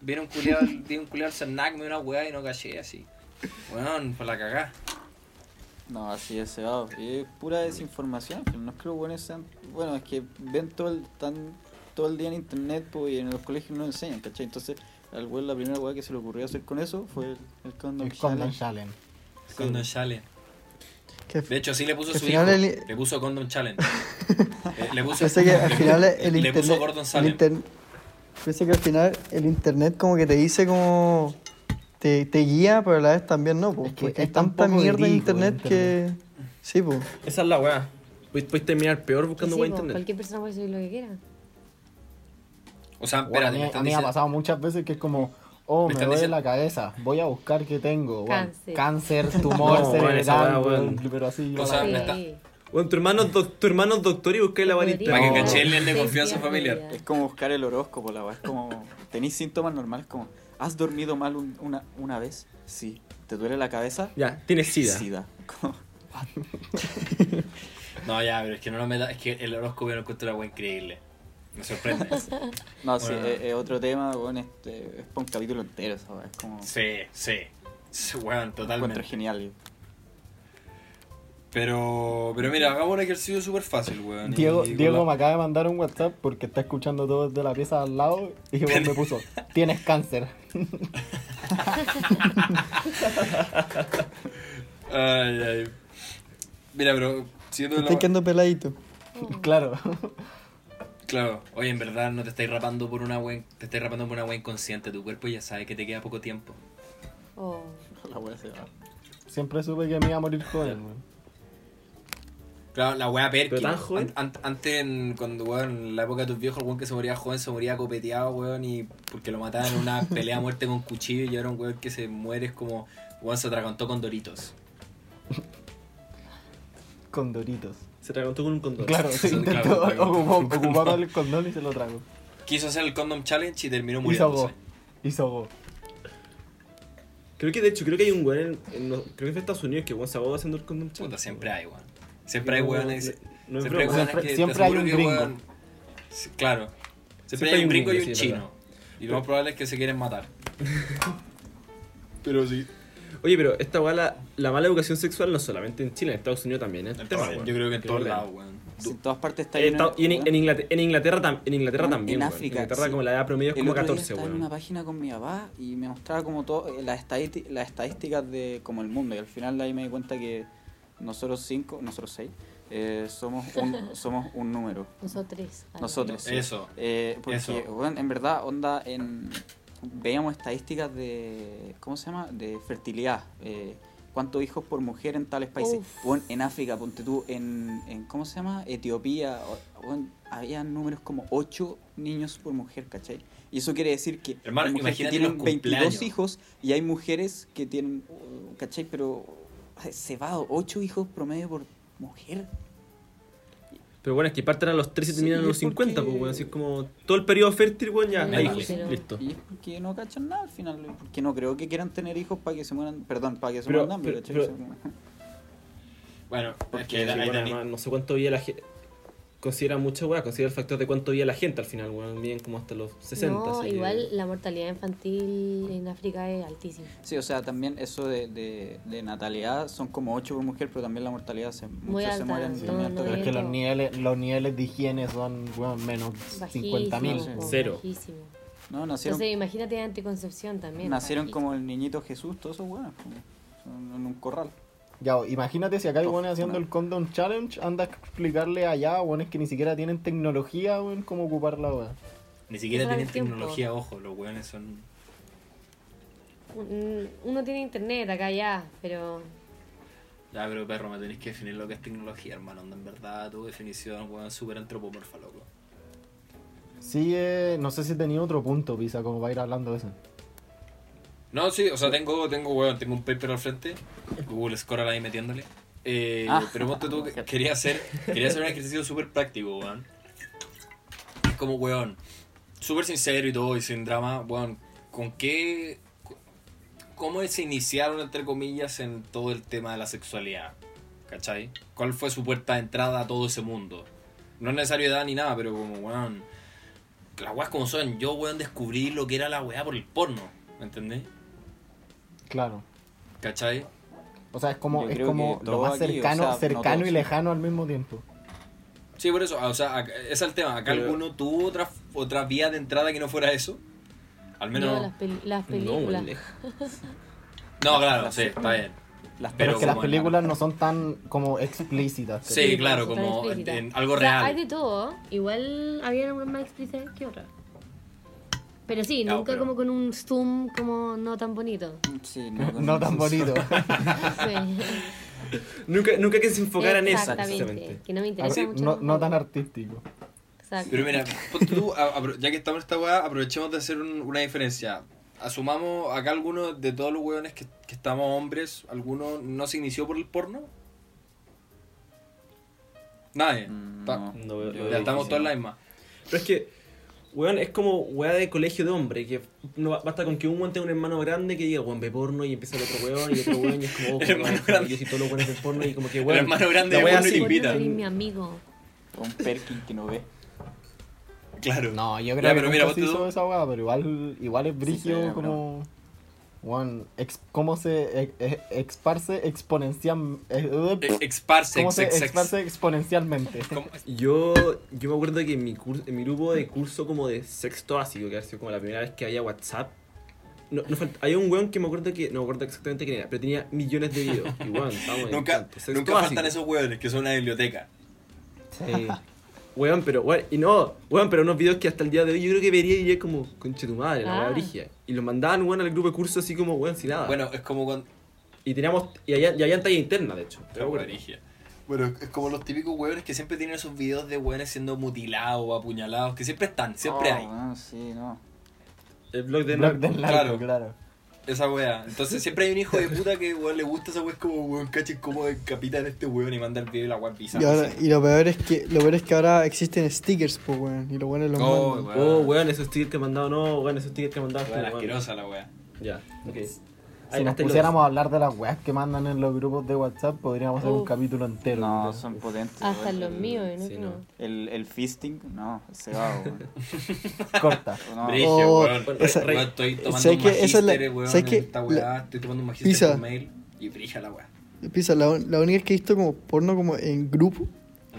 [SPEAKER 2] Viene un culiado, viene un culiado al Cernac, me dio una weá y no caché así. Weón, para la cagada.
[SPEAKER 3] No, así es, cebado. Es pura desinformación. pero No es que los buenos sean. Bueno, es que ven todo el, tan, todo el día en internet pues, y en los colegios no enseñan, ¿cachai? Entonces, al güey la primera weá que se le ocurrió hacer con eso fue el, el condom.
[SPEAKER 1] El Condom
[SPEAKER 3] challenge.
[SPEAKER 1] Challenge.
[SPEAKER 3] Sí.
[SPEAKER 2] Condom Challenge.
[SPEAKER 4] que
[SPEAKER 2] De hecho, así le puso
[SPEAKER 4] Al
[SPEAKER 2] su hijo.
[SPEAKER 4] final el-
[SPEAKER 2] Le puso Condom Challenge. Eh, le puso,
[SPEAKER 4] Pensé que al
[SPEAKER 2] le-
[SPEAKER 4] final el
[SPEAKER 2] le puso
[SPEAKER 4] internet.
[SPEAKER 2] Gordon
[SPEAKER 4] el
[SPEAKER 2] Salem.
[SPEAKER 4] inter- Pensé que al final el internet como que te dice como. Te, te guía, pero a la vez también no, po,
[SPEAKER 1] Es que
[SPEAKER 4] porque
[SPEAKER 1] es
[SPEAKER 4] hay tanta
[SPEAKER 1] tan poco
[SPEAKER 4] mierda en
[SPEAKER 1] verídico el
[SPEAKER 4] internet que. Sí, pues.
[SPEAKER 5] Esa es la weá. Puedes, puedes terminar peor buscando
[SPEAKER 6] sí,
[SPEAKER 5] weá en
[SPEAKER 6] po,
[SPEAKER 5] internet.
[SPEAKER 6] cualquier persona puede subir lo que quiera.
[SPEAKER 2] O sea,
[SPEAKER 1] Bueno, a
[SPEAKER 2] espérate,
[SPEAKER 1] mí,
[SPEAKER 2] me
[SPEAKER 1] a
[SPEAKER 2] están
[SPEAKER 1] mí me ha
[SPEAKER 2] diciendo.
[SPEAKER 1] pasado muchas veces que es como, oh, me,
[SPEAKER 2] Me están
[SPEAKER 1] duele
[SPEAKER 2] diciendo-
[SPEAKER 1] la cabeza, voy a buscar qué tengo. weón.
[SPEAKER 6] Cáncer.
[SPEAKER 1] Cáncer, tumor
[SPEAKER 5] No, weón, esa
[SPEAKER 1] cerebral,
[SPEAKER 5] weá,
[SPEAKER 1] weón,
[SPEAKER 5] weón.
[SPEAKER 1] pero así.
[SPEAKER 2] O
[SPEAKER 1] yo
[SPEAKER 2] sea,
[SPEAKER 1] la-
[SPEAKER 2] me
[SPEAKER 6] Sí.
[SPEAKER 2] está-
[SPEAKER 5] Bueno, tu hermano, es doc- tu hermano es doctor y buscáis la weá en
[SPEAKER 6] Podría.
[SPEAKER 5] internet.
[SPEAKER 2] Para que
[SPEAKER 1] No.
[SPEAKER 2] caché el nivel de
[SPEAKER 6] Sí,
[SPEAKER 2] confianza
[SPEAKER 6] sí,
[SPEAKER 2] familiar.
[SPEAKER 3] Es como buscar el horóscopo, la weá. Es como. Tenéis síntomas normales, como. ¿Has dormido mal un- una, una vez? Sí. ¿Te duele la cabeza?
[SPEAKER 5] Ya, tienes sida.
[SPEAKER 3] Como-
[SPEAKER 2] No, ya, pero es que no lo me da. Es que el horóscopo yo lo encuentro la weá increíble. Me sorprende.
[SPEAKER 3] No, sí,
[SPEAKER 2] Bueno.
[SPEAKER 3] es, es otro tema, bueno, este, es para un capítulo entero, esa weá, Es como.
[SPEAKER 2] sí, sí. Sí, Weón,
[SPEAKER 3] encuentro
[SPEAKER 2] totalmente.
[SPEAKER 3] genial. yo.
[SPEAKER 2] Pero, pero mira, hagamos un ejercicio súper fácil, weón. y-
[SPEAKER 1] Diego,
[SPEAKER 2] y con
[SPEAKER 1] Diego
[SPEAKER 2] la-
[SPEAKER 1] me acaba de mandar un WhatsApp porque está escuchando todo desde la pieza al lado y weón, me puso, tienes cáncer.
[SPEAKER 2] Ay, ay. Mira, pero. Siendo
[SPEAKER 4] Estás quedando peladito.
[SPEAKER 1] claro.
[SPEAKER 2] Claro, oye, en verdad no te estáis rapando por una weá. Te estáis rapando por una weá inconsciente. Tu cuerpo ya sabe que te queda poco tiempo.
[SPEAKER 6] Oh,
[SPEAKER 3] La weá se va.
[SPEAKER 1] Siempre supe que me iba a morir joven. weón.
[SPEAKER 2] Claro, la weá Perkin.
[SPEAKER 5] Pero tan joven.
[SPEAKER 2] An- an- antes, en- cuando, weón, en la época de tus viejos, el weón que se moría joven se moría copeteado, weón, y porque lo mataban en una pelea a muerte con cuchillo, y ahora un weón que se muere es como, weón, se atragantó con doritos.
[SPEAKER 1] Con doritos.
[SPEAKER 5] Se tragantó con un condón.
[SPEAKER 1] Claro, se
[SPEAKER 2] Pues, sí,
[SPEAKER 1] intentó,
[SPEAKER 2] claro, claro.
[SPEAKER 1] ocupó- ocupaba el condón y se lo trago.
[SPEAKER 2] Quiso hacer el Condom Challenge y terminó
[SPEAKER 1] Y se
[SPEAKER 2] muriéndose.
[SPEAKER 1] ahogó. Y se ahogó.
[SPEAKER 5] Creo que de hecho, creo que hay un weón en, en los- creo que fue en Estados Unidos que weón se ahogó haciendo el condón challenge.
[SPEAKER 2] Puta, siempre hay, weón. Siempre hay
[SPEAKER 5] No,
[SPEAKER 2] weones.
[SPEAKER 5] no es
[SPEAKER 2] siempre hay weones
[SPEAKER 5] broma.
[SPEAKER 1] Siempre-
[SPEAKER 2] que te
[SPEAKER 1] siempre hay
[SPEAKER 2] aseguro
[SPEAKER 1] un
[SPEAKER 2] que,
[SPEAKER 1] gringo.
[SPEAKER 2] weón, sí, claro. Siempre, hay un gringo y un
[SPEAKER 5] sí, es
[SPEAKER 2] chino.
[SPEAKER 5] verdad.
[SPEAKER 2] Y lo más probable es que se quieren matar. Pero sí.
[SPEAKER 5] Oye, pero esta weá, la, la mala educación sexual no solamente en Chile, en Estados Unidos también. ¿eh? Tema,
[SPEAKER 2] Yo
[SPEAKER 5] weón.
[SPEAKER 2] creo que en todos
[SPEAKER 5] que-
[SPEAKER 2] lados, weón.
[SPEAKER 3] Sí, en todas partes está
[SPEAKER 5] En
[SPEAKER 3] lleno de-
[SPEAKER 5] Estados- y en, en Inglaterra, en Inglaterra, tam- en Inglaterra
[SPEAKER 3] Bueno,
[SPEAKER 5] también.
[SPEAKER 3] en
[SPEAKER 5] weón.
[SPEAKER 3] África,
[SPEAKER 5] En Inglaterra,
[SPEAKER 3] sí.
[SPEAKER 5] como la edad promedio, es
[SPEAKER 3] El
[SPEAKER 5] como
[SPEAKER 3] otro día
[SPEAKER 5] 14,
[SPEAKER 3] estaba
[SPEAKER 5] weón.
[SPEAKER 3] en una página con mi papá y me mostraba como todo eh, las, estadísti- las estadísticas de como el mundo y al final ahí me di cuenta que nosotros cinco, nosotros seis, eh, somos un somos un número.
[SPEAKER 6] nosotros. Ah,
[SPEAKER 3] Nosotros. sí.
[SPEAKER 2] Eso.
[SPEAKER 3] Eh, porque
[SPEAKER 2] Eso.
[SPEAKER 3] bueno, en verdad onda en veíamos estadísticas de ¿cómo se llama? de fertilidad. eh, cuántos hijos por mujer en tales países.
[SPEAKER 6] Uf.
[SPEAKER 3] Bueno, en África, ponte tú, en, en ¿cómo se llama? Etiopía, o- bueno, había números como 8 niños por mujer, ¿cachai? Y eso quiere decir que
[SPEAKER 2] Hermano,
[SPEAKER 3] hay mujeres que
[SPEAKER 2] imagínate
[SPEAKER 3] tienen
[SPEAKER 2] los
[SPEAKER 3] 22
[SPEAKER 2] cumpleaños.
[SPEAKER 3] hijos y hay mujeres que tienen, uh, ¿cachai? Pero ay, cebado, 8 hijos promedio por mujer.
[SPEAKER 5] Pero bueno, es que parten a los 13 y
[SPEAKER 3] Sí,
[SPEAKER 5] terminan a
[SPEAKER 3] es
[SPEAKER 5] los 50,
[SPEAKER 3] porque-
[SPEAKER 5] pues, weón. Así es como todo el periodo fértil, weón, ya.
[SPEAKER 6] Mm,
[SPEAKER 5] Ahí,
[SPEAKER 2] vale.
[SPEAKER 5] listo, listo.
[SPEAKER 3] Y es porque no cachan nada al final, porque no creo que quieran tener hijos para que se mueran, perdón, para que se
[SPEAKER 5] Pero-
[SPEAKER 3] mueran de hambre,
[SPEAKER 5] pero-
[SPEAKER 3] ¿cachai?
[SPEAKER 5] pero-
[SPEAKER 3] O sea, como-
[SPEAKER 2] Bueno,
[SPEAKER 5] Porque
[SPEAKER 2] es que
[SPEAKER 5] sí,
[SPEAKER 2] ahí
[SPEAKER 5] bueno,
[SPEAKER 2] tenéis-
[SPEAKER 5] además, no sé cuánto vive la gente. Considera mucho, weón. Considera el factor de cuánto vive la gente al final, weón. Bien como hasta los 60.
[SPEAKER 6] No,
[SPEAKER 5] así que-
[SPEAKER 6] igual la mortalidad infantil en África es altísima.
[SPEAKER 3] Sí, o sea, también eso de, de, de natalidad son como 8 por mujer, pero también la mortalidad se, muchos se
[SPEAKER 6] alta,
[SPEAKER 3] mueren.
[SPEAKER 6] no,
[SPEAKER 3] también
[SPEAKER 6] no
[SPEAKER 3] alta.
[SPEAKER 1] Pero es
[SPEAKER 6] bien,
[SPEAKER 1] que los
[SPEAKER 6] todo.
[SPEAKER 1] niveles, los niveles de higiene son weón, menos
[SPEAKER 6] Bajísimo,
[SPEAKER 1] 50.000.
[SPEAKER 6] po,
[SPEAKER 5] Cero.
[SPEAKER 6] bajísimo.
[SPEAKER 3] No, nacieron,
[SPEAKER 6] Entonces, imagínate anticoncepción también.
[SPEAKER 3] nacieron
[SPEAKER 6] bajísimo.
[SPEAKER 3] como el niñito Jesús, todos esos huevos, en un corral.
[SPEAKER 1] Ya, o, imagínate si acá hay
[SPEAKER 3] Tof,
[SPEAKER 1] buenos haciendo
[SPEAKER 3] una-
[SPEAKER 1] el Condom Challenge, anda a explicarle allá, weones que ni siquiera tienen tecnología, weón, cómo ocupar la weá.
[SPEAKER 2] Ni siquiera
[SPEAKER 6] Esa es
[SPEAKER 2] tienen
[SPEAKER 6] el tiempo.
[SPEAKER 2] tecnología, ojo, los weones son.
[SPEAKER 6] Un- Uno tiene internet acá ya, pero
[SPEAKER 2] Ya, pero perro, me tenés que definir lo que es tecnología, hermano. onda, En verdad, tu definición, weón, súper antropomorfa, loco.
[SPEAKER 1] Sí, eh, no sé si tenía otro punto, Pisa, como para ir hablando de eso.
[SPEAKER 2] No, sí, o sea, tengo, tengo, weón, tengo un paper al frente. Google Scholar ahí metiéndole. Eh,
[SPEAKER 3] Ah.
[SPEAKER 2] pero ponte tú, que- quería hacer, quería hacer un ejercicio súper práctico, weón. Es Como, weón, súper sincero y todo, y sin drama, weón, ¿con qué... cu- ¿Cómo se iniciaron, entre comillas, en todo el tema de la sexualidad? ¿Cachai? ¿Cuál fue su puerta de entrada a todo ese mundo? No es necesario edad ni nada, pero como, weón... Las weas como son, yo, weón, descubrí lo que era la weá por el porno, ¿me entendés?
[SPEAKER 1] Claro.
[SPEAKER 2] ¿Cachai?
[SPEAKER 1] O sea, es como,
[SPEAKER 3] Yo
[SPEAKER 1] es
[SPEAKER 3] creo
[SPEAKER 1] como
[SPEAKER 3] que
[SPEAKER 1] lo
[SPEAKER 3] todos
[SPEAKER 1] más
[SPEAKER 3] aquí, o
[SPEAKER 1] cercano,
[SPEAKER 3] sea, no
[SPEAKER 1] cercano y
[SPEAKER 3] todos.
[SPEAKER 1] lejano al mismo tiempo.
[SPEAKER 2] Sí, por eso, ah, o sea, acá- ese es el tema. Acá
[SPEAKER 5] Pero-
[SPEAKER 2] alguno tuvo otra, otra vía de entrada que no fuera eso. Al menos.
[SPEAKER 6] Yo las, pel- las
[SPEAKER 5] No,
[SPEAKER 6] películas.
[SPEAKER 5] weón.
[SPEAKER 2] No, claro, sí, está bien.
[SPEAKER 3] Las
[SPEAKER 1] Pero,
[SPEAKER 2] Pero
[SPEAKER 1] es que las
[SPEAKER 2] como en la-
[SPEAKER 1] películas no son tan como explícitas.
[SPEAKER 2] Sí,
[SPEAKER 1] ¿cachai?
[SPEAKER 2] claro,
[SPEAKER 6] Son
[SPEAKER 2] como en,
[SPEAKER 6] explícitas.
[SPEAKER 2] en algo
[SPEAKER 6] O sea, hay
[SPEAKER 2] real.
[SPEAKER 6] de todo. Igual había algunas más explícitas que otras. Pero sí,
[SPEAKER 2] Ya,
[SPEAKER 6] nunca
[SPEAKER 2] pero-
[SPEAKER 6] como con un zoom como no tan bonito.
[SPEAKER 3] Sí, no, con-
[SPEAKER 1] No tan bonito.
[SPEAKER 6] Sí.
[SPEAKER 5] Nunca, nunca que se enfocaran en eso,
[SPEAKER 6] Exactamente.
[SPEAKER 5] precisamente.
[SPEAKER 6] Que no me interesa
[SPEAKER 1] Así,
[SPEAKER 6] mucho.
[SPEAKER 1] no, no
[SPEAKER 6] tampoco.
[SPEAKER 1] tan artístico.
[SPEAKER 6] Exacto.
[SPEAKER 2] Pero mira, ponte tú, a- apro- ya que estamos en esta weá, aprovechemos de hacer un- una diferencia. Asumamos acá algunos de todos los weones que, que estamos hombres, ¿alguno no se inició por el porno? Nadie.
[SPEAKER 3] Mm,
[SPEAKER 2] Ta-
[SPEAKER 3] no.
[SPEAKER 5] No, lo
[SPEAKER 2] Ya
[SPEAKER 5] veo
[SPEAKER 2] estamos
[SPEAKER 5] difícil.
[SPEAKER 2] todos en la misma.
[SPEAKER 5] Pero es que, weón, es como weá de colegio de hombre, que no ba- basta con que un weón tenga un hermano grande que diga, weón, ve porno y empieza el otro weón y otro weón y es como, oh,
[SPEAKER 2] El
[SPEAKER 5] weón,
[SPEAKER 2] hermano grande.
[SPEAKER 5] yo sí todos los weones ven porno y como que,
[SPEAKER 2] El
[SPEAKER 5] weón,
[SPEAKER 2] hermano grande
[SPEAKER 5] la
[SPEAKER 2] de
[SPEAKER 5] weá
[SPEAKER 2] porno
[SPEAKER 5] así.
[SPEAKER 2] y invita.
[SPEAKER 6] Eres mi amigo.
[SPEAKER 3] Un Perkin que no ve.
[SPEAKER 2] Claro.
[SPEAKER 1] No, yo creo
[SPEAKER 2] Ya,
[SPEAKER 1] que
[SPEAKER 2] pero
[SPEAKER 1] nunca
[SPEAKER 2] mira,
[SPEAKER 1] se
[SPEAKER 2] ponte tú-
[SPEAKER 1] hizo esa weá, pero igual, igual es brígido
[SPEAKER 3] sí,
[SPEAKER 1] como... Bueno, ex- cómo se e, ex- ex- exparse exponencial... eh,
[SPEAKER 2] Eh, Exparse,
[SPEAKER 1] cómo se
[SPEAKER 2] ex- ex- ex-
[SPEAKER 1] exparse exponencialmente.
[SPEAKER 2] ¿Cómo?
[SPEAKER 5] Yo, yo me acuerdo que en mi, cur- en mi grupo de curso como de sexto básico, que ha sido como la primera vez que había WhatsApp, no, no falt- había un weón que me acuerdo que, no me acuerdo exactamente quién era, pero tenía millones de videos. Y weón, estábamos en
[SPEAKER 2] Nunca,
[SPEAKER 5] cuanto, sexto
[SPEAKER 2] nunca faltan
[SPEAKER 5] básico.
[SPEAKER 2] esos hueones que son una biblioteca.
[SPEAKER 5] Sí. Weón, pero, weón, y no, weón, pero unos videos que hasta el día de hoy yo creo que vería y diría como, conche tu madre, la
[SPEAKER 6] Ah.
[SPEAKER 5] weá brigia. Y los mandaban, weón, al grupo de curso así como, weón, sin nada.
[SPEAKER 2] Bueno, es como cuando.
[SPEAKER 5] Y teníamos, y había, y había talla interna, de hecho.
[SPEAKER 2] Pero bueno, origen. Bueno, es como los típicos hueones que siempre tienen esos videos de hueones siendo mutilados o apuñalados, que siempre están, siempre
[SPEAKER 3] Oh,
[SPEAKER 2] hay.
[SPEAKER 3] weón, sí, no.
[SPEAKER 5] El blog de
[SPEAKER 1] Blog
[SPEAKER 5] Narco.
[SPEAKER 1] del
[SPEAKER 2] Claro.
[SPEAKER 1] narco, claro.
[SPEAKER 2] Esa hueá. Entonces siempre hay un hijo de puta que hueón le gusta esa hueá, es como hueón, caché cómo decapitan a este hueón y manda el video y la hueá pisa.
[SPEAKER 4] Y, ahora, y lo peor es que lo peor es que ahora existen stickers, pues weón. Y lo bueno es lo
[SPEAKER 2] Oh,
[SPEAKER 4] malo.
[SPEAKER 5] Oh, weón, esos stickers que han mandado, no, weón, esos stickers que han mandado.
[SPEAKER 2] Hueón
[SPEAKER 5] weón.
[SPEAKER 2] asquerosa la hueá.
[SPEAKER 5] Ya, ok.
[SPEAKER 1] Si nos
[SPEAKER 5] gasté los-
[SPEAKER 1] pusiéramos a hablar de las weas que mandan en los grupos de WhatsApp, podríamos hacer un
[SPEAKER 6] Uf.
[SPEAKER 1] capítulo entero.
[SPEAKER 3] No,
[SPEAKER 1] creo.
[SPEAKER 3] son potentes.
[SPEAKER 6] Hasta
[SPEAKER 3] weón.
[SPEAKER 6] los míos, ¿no?
[SPEAKER 5] Sí, no.
[SPEAKER 3] El, el fisting, no, se va, weón.
[SPEAKER 1] Corta.
[SPEAKER 3] Pues No.
[SPEAKER 2] Brigio,
[SPEAKER 4] Oh,
[SPEAKER 2] hueón.
[SPEAKER 4] esa-
[SPEAKER 2] Hueón, estoy tomando
[SPEAKER 4] ¿sabes
[SPEAKER 2] un
[SPEAKER 4] qué? Esa es la-
[SPEAKER 2] magíster, hueón,
[SPEAKER 4] ¿sabes
[SPEAKER 2] en
[SPEAKER 4] qué?
[SPEAKER 2] esta hueá, estoy tomando un magíster
[SPEAKER 4] Pisa.
[SPEAKER 2] por mail y brilla la hueá.
[SPEAKER 4] Pisa, la, un- la única vez que he visto como porno como en grupo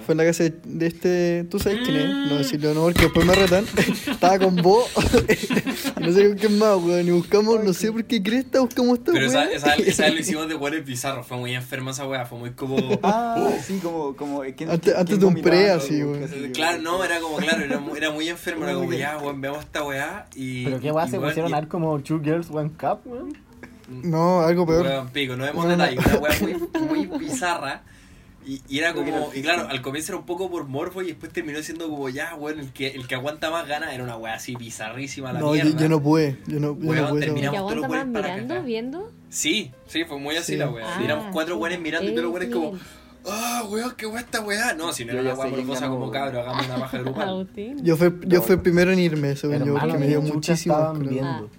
[SPEAKER 4] fue en la casa de- de este. ¿Tú sabes quién es? No decirlo no, porque después me retan. Estaba con vos. y no sé con quién más, weón. Y buscamos, no sé por qué cresta, buscamos esta
[SPEAKER 2] Pero esa,
[SPEAKER 4] weá.
[SPEAKER 2] esa, esa vez lo hicimos de hueones bizarros, fue muy enferma esa hueá, fue muy como.
[SPEAKER 3] Ah, sí, como. como eh, ¿quién-
[SPEAKER 4] Antes-
[SPEAKER 3] quién
[SPEAKER 4] antes de un
[SPEAKER 3] vomitaba,
[SPEAKER 4] pre,
[SPEAKER 3] no?
[SPEAKER 4] así, weón.
[SPEAKER 3] Qué sé yo,
[SPEAKER 2] eh, Claro,
[SPEAKER 3] weón.
[SPEAKER 2] no, era como, claro, era, mu- era muy enfermo, era como, ya, weón, veamos esta weá y...
[SPEAKER 1] Pero qué weá
[SPEAKER 2] y,
[SPEAKER 1] se
[SPEAKER 2] weón,
[SPEAKER 1] pusieron
[SPEAKER 2] y-
[SPEAKER 1] a ver como Two Girls One Cup, weón.
[SPEAKER 4] No, algo peor.
[SPEAKER 2] Weón, pico, no vemos
[SPEAKER 4] Weón,
[SPEAKER 2] detalle, una weá muy, muy bizarra. Y, y era
[SPEAKER 3] Creo que
[SPEAKER 2] como,
[SPEAKER 3] era
[SPEAKER 2] y claro, al comienzo era un poco por morbo y después terminó siendo como, ya, weón, el que, el que aguanta más ganas era una weá así bizarrísima, la
[SPEAKER 4] No, yo,
[SPEAKER 2] mierda.
[SPEAKER 4] yo no pude. Yo no, yo
[SPEAKER 2] Weón,
[SPEAKER 4] no pude.
[SPEAKER 2] terminamos.
[SPEAKER 4] esa
[SPEAKER 6] Que
[SPEAKER 4] weá.
[SPEAKER 2] Digamos, tú lo
[SPEAKER 6] aguanta más
[SPEAKER 2] puedes para
[SPEAKER 6] mirando,
[SPEAKER 2] cagar.
[SPEAKER 6] viendo.
[SPEAKER 2] Sí, sí, fue muy así
[SPEAKER 4] Sí.
[SPEAKER 2] la weá.
[SPEAKER 6] Ah,
[SPEAKER 2] Y éramos cuatro
[SPEAKER 6] sí.
[SPEAKER 2] weones mirando y todos los weones
[SPEAKER 6] Ese
[SPEAKER 2] como,
[SPEAKER 6] nivel.
[SPEAKER 2] ah, weón, qué weá esta weá. No, si no
[SPEAKER 3] Yo
[SPEAKER 2] era una
[SPEAKER 3] ya
[SPEAKER 2] weá
[SPEAKER 3] sé quién
[SPEAKER 2] morbosa
[SPEAKER 3] ganó,
[SPEAKER 2] como,
[SPEAKER 3] weón.
[SPEAKER 2] cabrón, hagamos una baja grupal.
[SPEAKER 6] Agustín.
[SPEAKER 4] Yo fui, yo
[SPEAKER 3] No,
[SPEAKER 4] fui el
[SPEAKER 3] no.
[SPEAKER 4] primero en irme, según yo,
[SPEAKER 1] Hermano,
[SPEAKER 4] porque me dio
[SPEAKER 1] chucha
[SPEAKER 4] muchísimo.
[SPEAKER 1] estaban
[SPEAKER 4] asco,
[SPEAKER 1] viendo.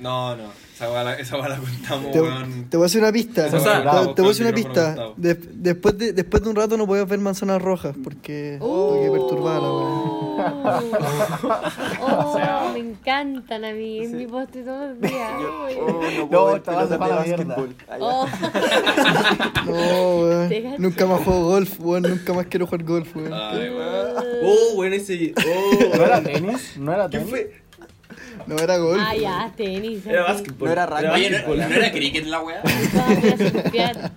[SPEAKER 2] No, no, esa weá la, esa weá la contamos,
[SPEAKER 4] Te,
[SPEAKER 2] weón.
[SPEAKER 4] te voy a hacer una pista.
[SPEAKER 5] Eso
[SPEAKER 4] te,
[SPEAKER 5] está
[SPEAKER 2] bravo,
[SPEAKER 4] te voy a hacer
[SPEAKER 2] pero
[SPEAKER 4] una
[SPEAKER 2] el micrófono
[SPEAKER 4] pista.
[SPEAKER 2] está
[SPEAKER 4] De- después, de, después de un rato no podías ver manzanas rojas porque porque perturbada la weá.
[SPEAKER 6] Oh, me encantan a mí. Es
[SPEAKER 3] Sí.
[SPEAKER 6] mi postre todos los días.
[SPEAKER 3] Yo-
[SPEAKER 6] Uy.
[SPEAKER 3] oh, no
[SPEAKER 1] No,
[SPEAKER 3] puedo ver
[SPEAKER 1] te vas a
[SPEAKER 3] pelotas de
[SPEAKER 1] para la mierda.
[SPEAKER 3] básquetbol. Ay,
[SPEAKER 6] Oh,
[SPEAKER 4] No,
[SPEAKER 6] Te
[SPEAKER 4] weón.
[SPEAKER 6] cacho.
[SPEAKER 4] Nunca más juego golf, weón. Nunca más quiero jugar golf, weón.
[SPEAKER 2] Ay, weón.
[SPEAKER 5] Oh, weón, ese.
[SPEAKER 1] ¿No
[SPEAKER 5] Oh,
[SPEAKER 1] era tenis? ¿No era tenis?
[SPEAKER 4] No era golf.
[SPEAKER 6] ah, ya, tenis.
[SPEAKER 5] era
[SPEAKER 6] ok.
[SPEAKER 5] básquetbol.
[SPEAKER 3] No era rugby.
[SPEAKER 2] Oye, ¿no,
[SPEAKER 5] básquetbol.
[SPEAKER 2] no era cricket la weá?
[SPEAKER 6] Ah, voy a surfear.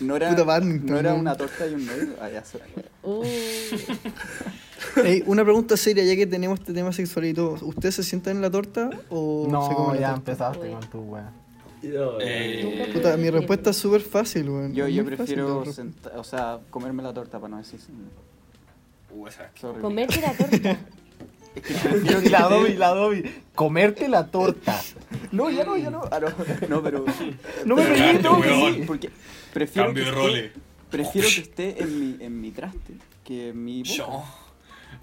[SPEAKER 3] No era,
[SPEAKER 4] Puta badminton,
[SPEAKER 3] no era
[SPEAKER 4] weón.
[SPEAKER 3] una torta y un medio. Ah, ya sé.
[SPEAKER 6] Uh,
[SPEAKER 4] Ey, una pregunta seria, ya que tenemos este tema sexual y todo. ¿Ustedes se sientan en la torta o se
[SPEAKER 1] No,
[SPEAKER 4] comen la
[SPEAKER 1] ya
[SPEAKER 4] torta?
[SPEAKER 1] empezaste
[SPEAKER 6] Uy.
[SPEAKER 1] con tu weá.
[SPEAKER 5] Yo,
[SPEAKER 2] Eh,
[SPEAKER 4] Puta, mi respuesta es súper fácil, weón.
[SPEAKER 3] Yo,
[SPEAKER 4] Es
[SPEAKER 3] yo
[SPEAKER 4] muy fácil
[SPEAKER 3] prefiero,
[SPEAKER 4] la respuesta.
[SPEAKER 3] senta- o sea, comerme la torta para no decir. mm,
[SPEAKER 2] uh, esa-
[SPEAKER 3] Sorry.
[SPEAKER 6] Comerte la torta.
[SPEAKER 3] Es que prefiero que
[SPEAKER 1] La
[SPEAKER 3] te-
[SPEAKER 1] doy, la doy. Comerte la torta.
[SPEAKER 3] No, ya no, ya no. Ah, no, no, pero.
[SPEAKER 1] No me
[SPEAKER 2] pegué, Cagaste,
[SPEAKER 3] pegué,
[SPEAKER 2] no, que weón. sí.
[SPEAKER 3] Porque prefiero.
[SPEAKER 2] Cambio
[SPEAKER 3] que
[SPEAKER 2] de
[SPEAKER 3] esté-
[SPEAKER 2] roles.
[SPEAKER 3] Prefiero que esté en mi, en mi traste que en mi. boca.
[SPEAKER 2] Yo.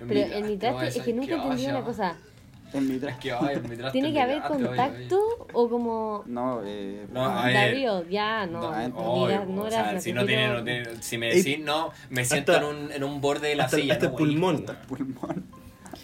[SPEAKER 6] Pero en mi traste es que nunca entendí una cosa.
[SPEAKER 3] En mi
[SPEAKER 2] Es
[SPEAKER 3] traste.
[SPEAKER 2] que ay, en mi traste,
[SPEAKER 6] ¿Tiene
[SPEAKER 2] en
[SPEAKER 6] que
[SPEAKER 2] mi
[SPEAKER 6] haber
[SPEAKER 2] traste, ay, ay.
[SPEAKER 6] contacto o como
[SPEAKER 3] No, eh.
[SPEAKER 2] No, ah. a
[SPEAKER 6] La
[SPEAKER 2] ver.
[SPEAKER 6] río, ya, no.
[SPEAKER 2] No,
[SPEAKER 3] Ah,
[SPEAKER 6] mira,
[SPEAKER 2] obvio,
[SPEAKER 6] no
[SPEAKER 2] o sea,
[SPEAKER 6] gracias,
[SPEAKER 2] si
[SPEAKER 6] te
[SPEAKER 2] no
[SPEAKER 6] pido-
[SPEAKER 2] tiene, no tiene- si me decís no, me siento
[SPEAKER 5] hasta-
[SPEAKER 2] en, un, en un borde de la
[SPEAKER 5] hasta,
[SPEAKER 2] silla.
[SPEAKER 5] hasta
[SPEAKER 2] no,
[SPEAKER 5] el
[SPEAKER 2] güey.
[SPEAKER 5] pulmón.
[SPEAKER 3] Pulmón.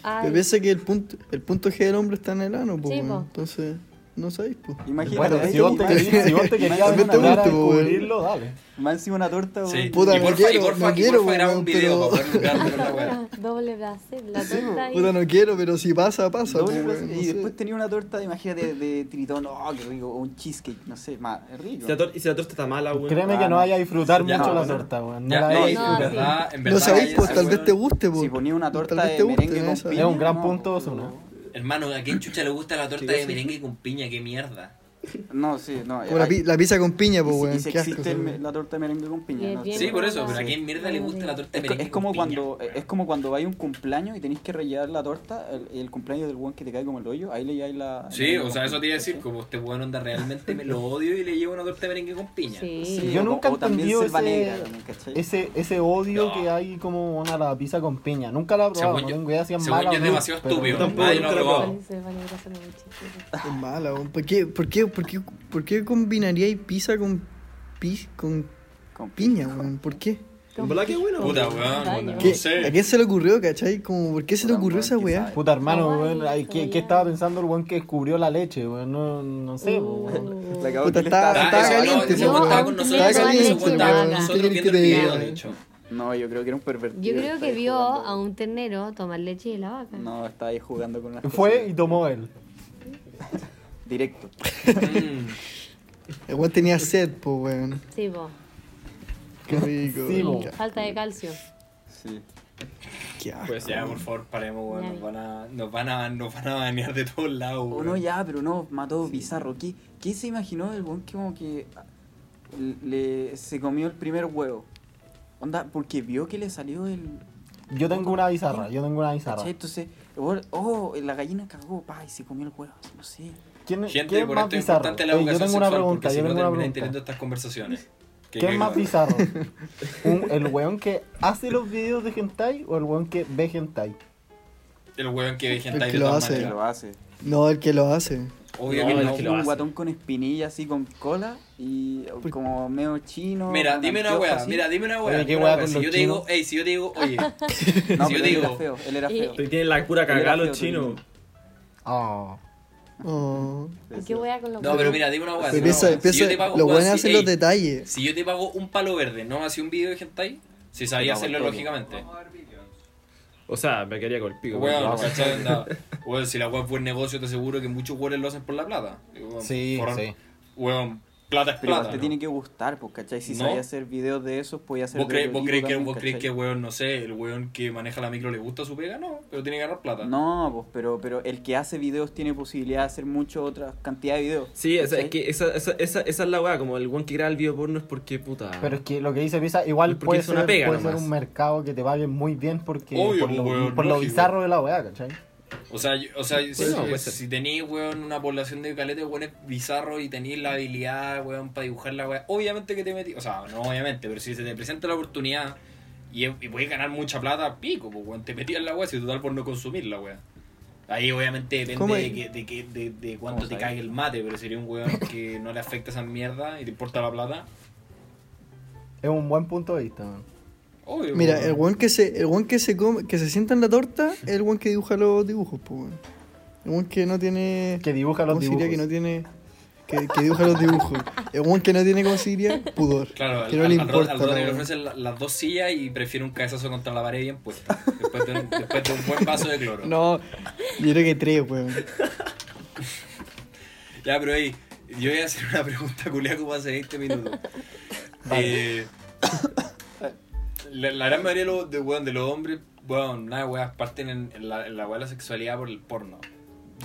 [SPEAKER 6] Ay,
[SPEAKER 4] Pero piensa que el punto, el punto G del hombre está en el ano, po,
[SPEAKER 6] Sí,
[SPEAKER 4] weón.
[SPEAKER 6] po.
[SPEAKER 4] Entonces, no sabéis, po.
[SPEAKER 3] Imagínate.
[SPEAKER 1] Bueno,
[SPEAKER 3] ahí
[SPEAKER 1] si vos te
[SPEAKER 3] tenés-
[SPEAKER 1] querías, si vos te
[SPEAKER 3] Más
[SPEAKER 1] querías
[SPEAKER 3] encima una
[SPEAKER 1] aventurar a
[SPEAKER 4] torta, weón.
[SPEAKER 1] descubrirlo, dale.
[SPEAKER 3] Más encima una torta.
[SPEAKER 2] Sí.
[SPEAKER 3] weón.
[SPEAKER 4] Puta,
[SPEAKER 2] y
[SPEAKER 4] no
[SPEAKER 2] porfa, y
[SPEAKER 4] quiero,
[SPEAKER 2] porfa,
[SPEAKER 4] no
[SPEAKER 2] y
[SPEAKER 4] quiero,
[SPEAKER 2] porfa, graba
[SPEAKER 4] weón,
[SPEAKER 2] un video
[SPEAKER 4] pero-
[SPEAKER 2] para poder lucrarme con la weá.
[SPEAKER 6] doble bracer, la
[SPEAKER 3] Sí,
[SPEAKER 6] torta y-
[SPEAKER 4] Puta, no quiero, pero si pasa, pasa, po,
[SPEAKER 3] Doble placer.
[SPEAKER 4] weón. no
[SPEAKER 3] y
[SPEAKER 4] sé.
[SPEAKER 3] después tenía una torta, imagínate, de tritón, oh, qué rico, o un cheesecake, no sé, más rico.
[SPEAKER 5] Si la, tor- si la torta está mala, weón.
[SPEAKER 1] Créeme que
[SPEAKER 3] Ah,
[SPEAKER 1] no
[SPEAKER 3] no.
[SPEAKER 1] vaya a disfrutar
[SPEAKER 2] Ya,
[SPEAKER 1] mucho la
[SPEAKER 2] bueno.
[SPEAKER 1] torta, weón. No
[SPEAKER 2] Ya,
[SPEAKER 1] la vaya
[SPEAKER 2] no,
[SPEAKER 1] a
[SPEAKER 2] en
[SPEAKER 6] no,
[SPEAKER 1] disfrutar.
[SPEAKER 6] sí.
[SPEAKER 2] verdad, en verdad.
[SPEAKER 4] No sabéis,
[SPEAKER 2] esa
[SPEAKER 4] pues tal
[SPEAKER 2] weá-
[SPEAKER 4] vez te guste, po.
[SPEAKER 3] eh, Si ponía una
[SPEAKER 4] Tal
[SPEAKER 3] torta
[SPEAKER 4] vez te
[SPEAKER 3] de
[SPEAKER 4] guste,
[SPEAKER 3] merengue con
[SPEAKER 4] esa.
[SPEAKER 3] piña.
[SPEAKER 1] Es un gran
[SPEAKER 3] no,
[SPEAKER 1] punto,
[SPEAKER 3] pues,
[SPEAKER 1] Osuna.
[SPEAKER 2] Hermano, ¿a quién chucha le gusta la torta de merengue con piña? ¡Qué mierda!
[SPEAKER 3] No, sí, no.
[SPEAKER 4] Como la,
[SPEAKER 3] hay-
[SPEAKER 4] pi- la pizza con
[SPEAKER 3] y
[SPEAKER 4] piña, po,
[SPEAKER 3] si-
[SPEAKER 4] weón.
[SPEAKER 3] y si
[SPEAKER 4] Qué asco,
[SPEAKER 3] existe el
[SPEAKER 4] esa
[SPEAKER 3] me-
[SPEAKER 4] weón.
[SPEAKER 3] la torta de merengue con piña.
[SPEAKER 6] Y
[SPEAKER 3] no
[SPEAKER 6] es
[SPEAKER 3] sé.
[SPEAKER 6] bien
[SPEAKER 2] Sí, por eso, pero ¿a
[SPEAKER 6] Sí.
[SPEAKER 2] quién mierda le gusta la torta de
[SPEAKER 3] Es, co-
[SPEAKER 2] merengue
[SPEAKER 3] es como
[SPEAKER 2] con piña,
[SPEAKER 3] cuando
[SPEAKER 2] weón?
[SPEAKER 3] es como cuando vais a un cumpleaños y tenés que rellenar la torta, el, el cumpleaños del weón que te cae como el hoyo, ahí le lleváis la.
[SPEAKER 2] Sí, o sea, eso te iba a decir, como este weón onda realmente me lo odio y le llevo una torta de merengue con piña.
[SPEAKER 6] Sí.
[SPEAKER 1] Yo
[SPEAKER 3] o-
[SPEAKER 1] nunca
[SPEAKER 3] o también
[SPEAKER 1] entendí
[SPEAKER 3] selva
[SPEAKER 1] ese-
[SPEAKER 3] negra también, ¿cachai?
[SPEAKER 1] Ese, ese odio
[SPEAKER 2] No.
[SPEAKER 1] que hay como a la pizza con piña. Nunca la he probado,
[SPEAKER 2] Según
[SPEAKER 1] no
[SPEAKER 2] yo-
[SPEAKER 1] tengo idea si es
[SPEAKER 2] según
[SPEAKER 1] mala
[SPEAKER 2] yo
[SPEAKER 1] o
[SPEAKER 2] es
[SPEAKER 1] no,
[SPEAKER 2] demasiado
[SPEAKER 1] pero-
[SPEAKER 2] estúpido.
[SPEAKER 5] Tampoco
[SPEAKER 2] Nadie lo ha
[SPEAKER 5] nunca lo he
[SPEAKER 2] probado.
[SPEAKER 5] probado.
[SPEAKER 6] Se van a ir a hacer muy chiquitos.
[SPEAKER 4] Es mala, weón. ¿Por qué, por qué, por qué, por qué combinaríais pizza con, pi- con
[SPEAKER 3] Con-
[SPEAKER 4] piña, weón? ¿Por qué?
[SPEAKER 5] En verdad que bueno.
[SPEAKER 2] Puta,
[SPEAKER 5] weón.
[SPEAKER 2] weón.
[SPEAKER 6] Daño.
[SPEAKER 2] No
[SPEAKER 4] ¿Qué-
[SPEAKER 2] sé.
[SPEAKER 4] ¿A quién se le ocurrió, cachai? Como, ¿Por qué se le
[SPEAKER 3] Puta,
[SPEAKER 4] ocurrió
[SPEAKER 3] weón,
[SPEAKER 4] esa
[SPEAKER 3] ¿quién
[SPEAKER 4] weá?
[SPEAKER 3] sabe?
[SPEAKER 1] Puta hermano,
[SPEAKER 6] Ay,
[SPEAKER 1] weón, ay, ¿qué,
[SPEAKER 6] sabía.
[SPEAKER 1] qué estaba pensando el weón que descubrió la leche, weón? No, no sé,
[SPEAKER 6] Uh.
[SPEAKER 1] weón.
[SPEAKER 3] La cagó
[SPEAKER 4] Puta,
[SPEAKER 3] que le
[SPEAKER 4] estaba-
[SPEAKER 3] estaba- pues,
[SPEAKER 4] estaba
[SPEAKER 2] ese weón-
[SPEAKER 4] caliente,
[SPEAKER 2] ese
[SPEAKER 6] no,
[SPEAKER 2] weón estaba
[SPEAKER 6] aún
[SPEAKER 2] con
[SPEAKER 6] no
[SPEAKER 2] nosotros,
[SPEAKER 6] estaba
[SPEAKER 2] ese
[SPEAKER 6] caliente,
[SPEAKER 2] weón estaba con
[SPEAKER 6] no,
[SPEAKER 2] nosotros
[SPEAKER 4] ¿qué
[SPEAKER 2] viendo el
[SPEAKER 4] te diga?
[SPEAKER 2] video, de hecho.
[SPEAKER 3] No, yo creo que era un pervertido.
[SPEAKER 6] Yo creo
[SPEAKER 3] está
[SPEAKER 6] que
[SPEAKER 3] ahí
[SPEAKER 6] vio
[SPEAKER 3] jugando.
[SPEAKER 6] a un ternero tomar leche de la vaca.
[SPEAKER 3] No, está ahí jugando con una.
[SPEAKER 1] Fue y tomó él.
[SPEAKER 3] Directo.
[SPEAKER 2] Mm.
[SPEAKER 4] El weón tenía sed, po, weón.
[SPEAKER 6] Sí, po.
[SPEAKER 4] Qué rico.
[SPEAKER 1] Sí,
[SPEAKER 4] weón.
[SPEAKER 1] po.
[SPEAKER 6] Falta de calcio.
[SPEAKER 3] Sí.
[SPEAKER 4] Qué asco.
[SPEAKER 5] Pues
[SPEAKER 2] Ya, por favor, paremos, weón.
[SPEAKER 6] Ya.
[SPEAKER 2] Nos van a, nos van a, nos van a banear de todos lados,
[SPEAKER 3] O
[SPEAKER 2] weón.
[SPEAKER 3] Oh, no, ya, pero no, mató bizarro. ¿Qué, ¿Qué se imaginó el weón que como que le, se comió el primer huevo? Onda, porque vio que le salió el.
[SPEAKER 1] Yo tengo una bizarra, yo tengo una bizarra.
[SPEAKER 3] ¿Cachai? Entonces, el weón, oh, la gallina cagó, pa, y se comió el huevo. No sé.
[SPEAKER 1] ¿Quién,
[SPEAKER 2] Gente,
[SPEAKER 1] quién es
[SPEAKER 2] por
[SPEAKER 1] más
[SPEAKER 2] esto es
[SPEAKER 1] bizarro?
[SPEAKER 2] importante la
[SPEAKER 1] Eh, yo
[SPEAKER 2] educación
[SPEAKER 1] tengo una
[SPEAKER 2] sexual,
[SPEAKER 1] pregunta,
[SPEAKER 2] porque
[SPEAKER 1] yo
[SPEAKER 2] si
[SPEAKER 1] tengo
[SPEAKER 2] no
[SPEAKER 1] una
[SPEAKER 2] termináis
[SPEAKER 1] pregunta.
[SPEAKER 2] teniendo estas conversaciones. Que
[SPEAKER 1] ¿Qué es más
[SPEAKER 2] cagado.
[SPEAKER 1] bizarro? Un- ¿El weón que hace los videos de hentai o el weón que ve hentai?
[SPEAKER 2] El weón que ve gente
[SPEAKER 4] El
[SPEAKER 2] ahí
[SPEAKER 4] que
[SPEAKER 2] de
[SPEAKER 4] lo
[SPEAKER 2] todas
[SPEAKER 4] hace.
[SPEAKER 3] Que
[SPEAKER 2] maneras.
[SPEAKER 3] lo hace.
[SPEAKER 4] No, el que lo hace.
[SPEAKER 2] Obvio
[SPEAKER 5] No,
[SPEAKER 2] que
[SPEAKER 5] el
[SPEAKER 2] no.
[SPEAKER 5] que lo
[SPEAKER 3] un
[SPEAKER 5] hace.
[SPEAKER 3] guatón con espinilla así con cola y como medio chino.
[SPEAKER 2] Mira,
[SPEAKER 3] con
[SPEAKER 2] dime una
[SPEAKER 3] anteojos
[SPEAKER 2] weá,
[SPEAKER 3] así.
[SPEAKER 2] mira, dime una weá.
[SPEAKER 1] Oye, qué
[SPEAKER 2] dime una
[SPEAKER 1] weá
[SPEAKER 2] weá.
[SPEAKER 1] con
[SPEAKER 2] Si
[SPEAKER 1] los
[SPEAKER 2] yo te
[SPEAKER 1] chinos.
[SPEAKER 2] digo, ey, si yo te digo, oye,
[SPEAKER 3] No,
[SPEAKER 2] si yo
[SPEAKER 3] pero
[SPEAKER 2] te
[SPEAKER 3] él era
[SPEAKER 2] digo,
[SPEAKER 3] feo, él era
[SPEAKER 6] Y-
[SPEAKER 3] feo.
[SPEAKER 5] Te tienen la pura cagada
[SPEAKER 3] Era
[SPEAKER 5] los
[SPEAKER 3] feo,
[SPEAKER 5] chinos.
[SPEAKER 1] Oh.
[SPEAKER 4] Oh.
[SPEAKER 6] ¿Y qué voy a con los
[SPEAKER 2] Pues no, pero mira, dime una weá.
[SPEAKER 3] pues,
[SPEAKER 4] Pero
[SPEAKER 2] dime una
[SPEAKER 4] piensa,
[SPEAKER 2] weá. Si
[SPEAKER 4] piensa,
[SPEAKER 2] yo te pago,
[SPEAKER 4] los
[SPEAKER 2] weón,
[SPEAKER 4] buenos
[SPEAKER 2] si-
[SPEAKER 4] hacen los
[SPEAKER 2] ey,
[SPEAKER 4] detalles.
[SPEAKER 2] Si yo te pago un palo verde, ¿no hacía un video de hentai? Si sabía
[SPEAKER 3] Te pago
[SPEAKER 2] hacerlo
[SPEAKER 3] todo.
[SPEAKER 2] lógicamente.
[SPEAKER 5] O sea, me quedaría con el pico.
[SPEAKER 2] Weón,
[SPEAKER 5] weón.
[SPEAKER 2] ¿cachai? Onda, weón, si la weá es buen negocio, te aseguro que muchos weones lo hacen por la plata. Weón,
[SPEAKER 1] Sí,
[SPEAKER 2] por-
[SPEAKER 1] sí.
[SPEAKER 2] Weón, plata es
[SPEAKER 3] Pero
[SPEAKER 2] plata.
[SPEAKER 3] igual te
[SPEAKER 2] ¿no?
[SPEAKER 3] tiene que gustar, pues, ¿cachai? Si
[SPEAKER 2] No.
[SPEAKER 3] sabía hacer videos de esos, podía hacer
[SPEAKER 2] ¿Vos
[SPEAKER 3] de
[SPEAKER 2] crees, vos
[SPEAKER 3] otro
[SPEAKER 2] crees
[SPEAKER 3] tipo
[SPEAKER 2] que,
[SPEAKER 3] también,
[SPEAKER 2] vos crees que,
[SPEAKER 3] ¿cachai?
[SPEAKER 2] weón, no sé, el weón que maneja la micro le gusta su pega? No, pero tiene que ganar plata.
[SPEAKER 3] No, pues, pero, pero el que hace videos tiene posibilidad de hacer muchas otras cantidad de videos.
[SPEAKER 5] Sí, o sea,
[SPEAKER 3] ¿cachai?
[SPEAKER 5] es que esa, esa, esa, esa es la weá, como el weón que graba el video porno es porque puta.
[SPEAKER 1] Pero es que lo que dice Pisa, igual
[SPEAKER 5] Porque
[SPEAKER 1] puede,
[SPEAKER 5] es una
[SPEAKER 1] ser,
[SPEAKER 5] pega
[SPEAKER 1] puede ser
[SPEAKER 5] nomás.
[SPEAKER 1] un mercado que te pague muy bien porque
[SPEAKER 2] Obvio, pues,
[SPEAKER 1] por, lo,
[SPEAKER 2] weón,
[SPEAKER 1] por lo
[SPEAKER 2] lógico.
[SPEAKER 1] bizarro de la weá, ¿cachai?
[SPEAKER 2] O sea, yo- o sea si,
[SPEAKER 5] no, puede
[SPEAKER 2] si,
[SPEAKER 5] ser.
[SPEAKER 2] tenéis, weón, una población de caletes, weón, es bizarro y tenéis la habilidad, weón, para dibujar la weá, obviamente que te metís, o sea, no obviamente, pero si se te presenta la oportunidad y, es- y puedes ganar mucha plata, pico, pues, weón, te metías en la weá, si total por no consumir la weá. Ahí obviamente
[SPEAKER 4] ¿Cómo
[SPEAKER 2] depende de,
[SPEAKER 4] es?
[SPEAKER 2] que, de, que- de, de cuánto
[SPEAKER 3] ¿Cómo
[SPEAKER 2] te
[SPEAKER 3] sabes?
[SPEAKER 2] caiga el mate, pero sería un weón que no le afecta esa mierda y te importa la plata.
[SPEAKER 1] Es un buen punto de vista, man.
[SPEAKER 2] Obvio,
[SPEAKER 4] Mira,
[SPEAKER 2] weón.
[SPEAKER 4] el weón que se, el weón que se come, que se sienta en la torta, es el weón que dibuja los dibujos, po, weón. El weón que no tiene.
[SPEAKER 1] Que dibuja los
[SPEAKER 4] ¿Cómo se diría
[SPEAKER 1] dibujos.
[SPEAKER 4] que no tiene. Que, que dibuja los dibujos. El weón que no tiene, ¿cómo se diría? Pudor.
[SPEAKER 2] Claro,
[SPEAKER 4] que
[SPEAKER 2] al-
[SPEAKER 4] no le
[SPEAKER 2] al- al Rod-
[SPEAKER 4] importa.
[SPEAKER 2] al
[SPEAKER 4] la
[SPEAKER 2] Rodri le
[SPEAKER 4] weá.
[SPEAKER 2] ofrecen la- las dos sillas y prefiere un cabezazo contra la pared bien puesta. Después de, un- después de un buen vaso de cloro.
[SPEAKER 4] No, yo creo que tres, weón.
[SPEAKER 2] Ya, pero ahí, yo voy a hacer una pregunta culia como hace 20 minutos. Eh, la, la gran mayoría de los, de, weón, de los hombres, bueno, nada, weas, parten en, en la, en la wea de la sexualidad por el porno.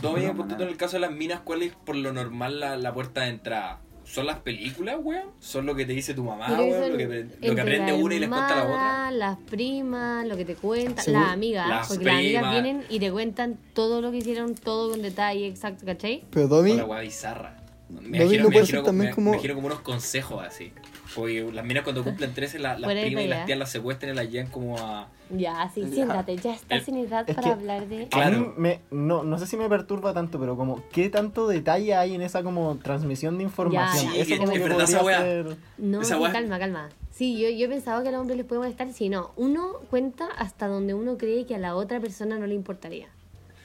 [SPEAKER 2] Domi, ponte tú en el caso de las minas, ¿cuál es por lo normal la, la puerta de entrada? ¿Son las películas, weón? ¿Son lo que te dice tu mamá,
[SPEAKER 6] Yo creo que
[SPEAKER 2] weón?
[SPEAKER 6] son
[SPEAKER 2] Ah, Lo que, lo que
[SPEAKER 6] entre
[SPEAKER 2] aprende
[SPEAKER 6] la
[SPEAKER 2] una y les cuenta la otra.
[SPEAKER 6] hermana, Las primas, lo que te cuentan,
[SPEAKER 4] Seguro.
[SPEAKER 6] las amigas,
[SPEAKER 2] Las
[SPEAKER 6] porque las amigas
[SPEAKER 2] primas.
[SPEAKER 6] vienen y te cuentan todo lo que hicieron, todo con detalle, exacto, ¿cachai?
[SPEAKER 4] Pero
[SPEAKER 2] Con
[SPEAKER 4] Domi,
[SPEAKER 2] la weá bizarra. Me
[SPEAKER 4] Domi lo puede
[SPEAKER 2] imagino,
[SPEAKER 4] hacer también
[SPEAKER 2] me-
[SPEAKER 4] como-
[SPEAKER 2] me imagino como unos consejos así. Porque las minas cuando cumplen 13, la- las
[SPEAKER 6] Fuera de
[SPEAKER 2] primas y
[SPEAKER 6] pelea.
[SPEAKER 2] las tías las secuestran y las llevan como a...
[SPEAKER 6] Ya, sí,
[SPEAKER 3] Ya.
[SPEAKER 6] siéntate, ya estás en edad
[SPEAKER 1] Es
[SPEAKER 6] para
[SPEAKER 1] que-
[SPEAKER 6] hablar de...
[SPEAKER 1] A mí
[SPEAKER 2] Claro.
[SPEAKER 1] me- no, no sé si me perturba tanto, pero como, ¿qué tanto detalle hay en esa como transmisión de información?
[SPEAKER 6] Ya,
[SPEAKER 2] Sí,
[SPEAKER 6] ya.
[SPEAKER 1] Eso como
[SPEAKER 6] es
[SPEAKER 1] que
[SPEAKER 2] verdad esa
[SPEAKER 1] podría
[SPEAKER 2] weá.
[SPEAKER 1] ser-
[SPEAKER 6] No,
[SPEAKER 2] Esa
[SPEAKER 6] sí,
[SPEAKER 2] weá-
[SPEAKER 6] calma, calma. Sí, yo, yo pensaba que a los hombres les puede molestar, sí, no. Uno cuenta hasta donde uno cree que a la otra persona no le importaría.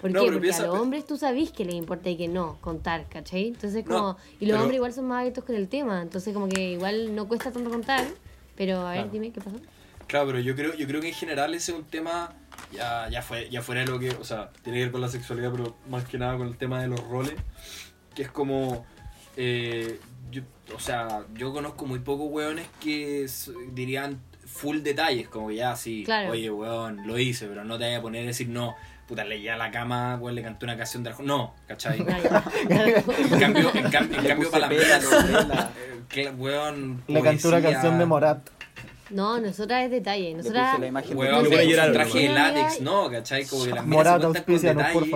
[SPEAKER 6] ¿Por
[SPEAKER 2] No,
[SPEAKER 6] qué?
[SPEAKER 2] pero
[SPEAKER 6] Porque
[SPEAKER 2] piensa-
[SPEAKER 6] a los hombres tú sabés que les importa y que no contar, ¿cachai? Entonces
[SPEAKER 2] No,
[SPEAKER 6] como... y los
[SPEAKER 2] pero-
[SPEAKER 6] hombres igual son más abiertos con el tema, entonces como que igual no cuesta tanto contar. Pero a ver,
[SPEAKER 1] Claro.
[SPEAKER 6] dime, ¿qué pasó?
[SPEAKER 2] Claro, pero yo creo, yo creo que en general ese es un tema ya, ya, fue, ya fuera de lo que, o sea, tiene que ver con la sexualidad, pero más que nada con el tema de los roles, que es como, eh, yo, o sea, yo conozco muy pocos hueones que s- dirían full detalles, como que ya sí,
[SPEAKER 6] Claro.
[SPEAKER 2] oye, hueón, lo hice, pero no te vayas a poner a decir no, puta, le llegué a la cama, hueón, le canté una canción de Arjona, no, ¿cachai?
[SPEAKER 6] Ah, ya.
[SPEAKER 2] En cambio, en cambio, en
[SPEAKER 3] Le
[SPEAKER 2] cambio
[SPEAKER 3] puse
[SPEAKER 2] para la
[SPEAKER 3] pela,
[SPEAKER 2] mina,
[SPEAKER 3] novela.
[SPEAKER 2] eh, cla- hueón,
[SPEAKER 1] Le cantó una
[SPEAKER 2] poesía,
[SPEAKER 1] canción de Morat.
[SPEAKER 6] No, nosotras es detalle.
[SPEAKER 3] Le puse
[SPEAKER 6] Nosotras
[SPEAKER 3] la imagen de
[SPEAKER 2] Weón,
[SPEAKER 5] Yo
[SPEAKER 2] le
[SPEAKER 5] voy a
[SPEAKER 2] puso
[SPEAKER 5] llorar,
[SPEAKER 2] un traje de
[SPEAKER 6] weón.
[SPEAKER 2] látex, ¿no? ¿Cachai? Como que las minas
[SPEAKER 1] Morat,
[SPEAKER 2] se cuentan con
[SPEAKER 1] auspícianos,
[SPEAKER 2] detalle.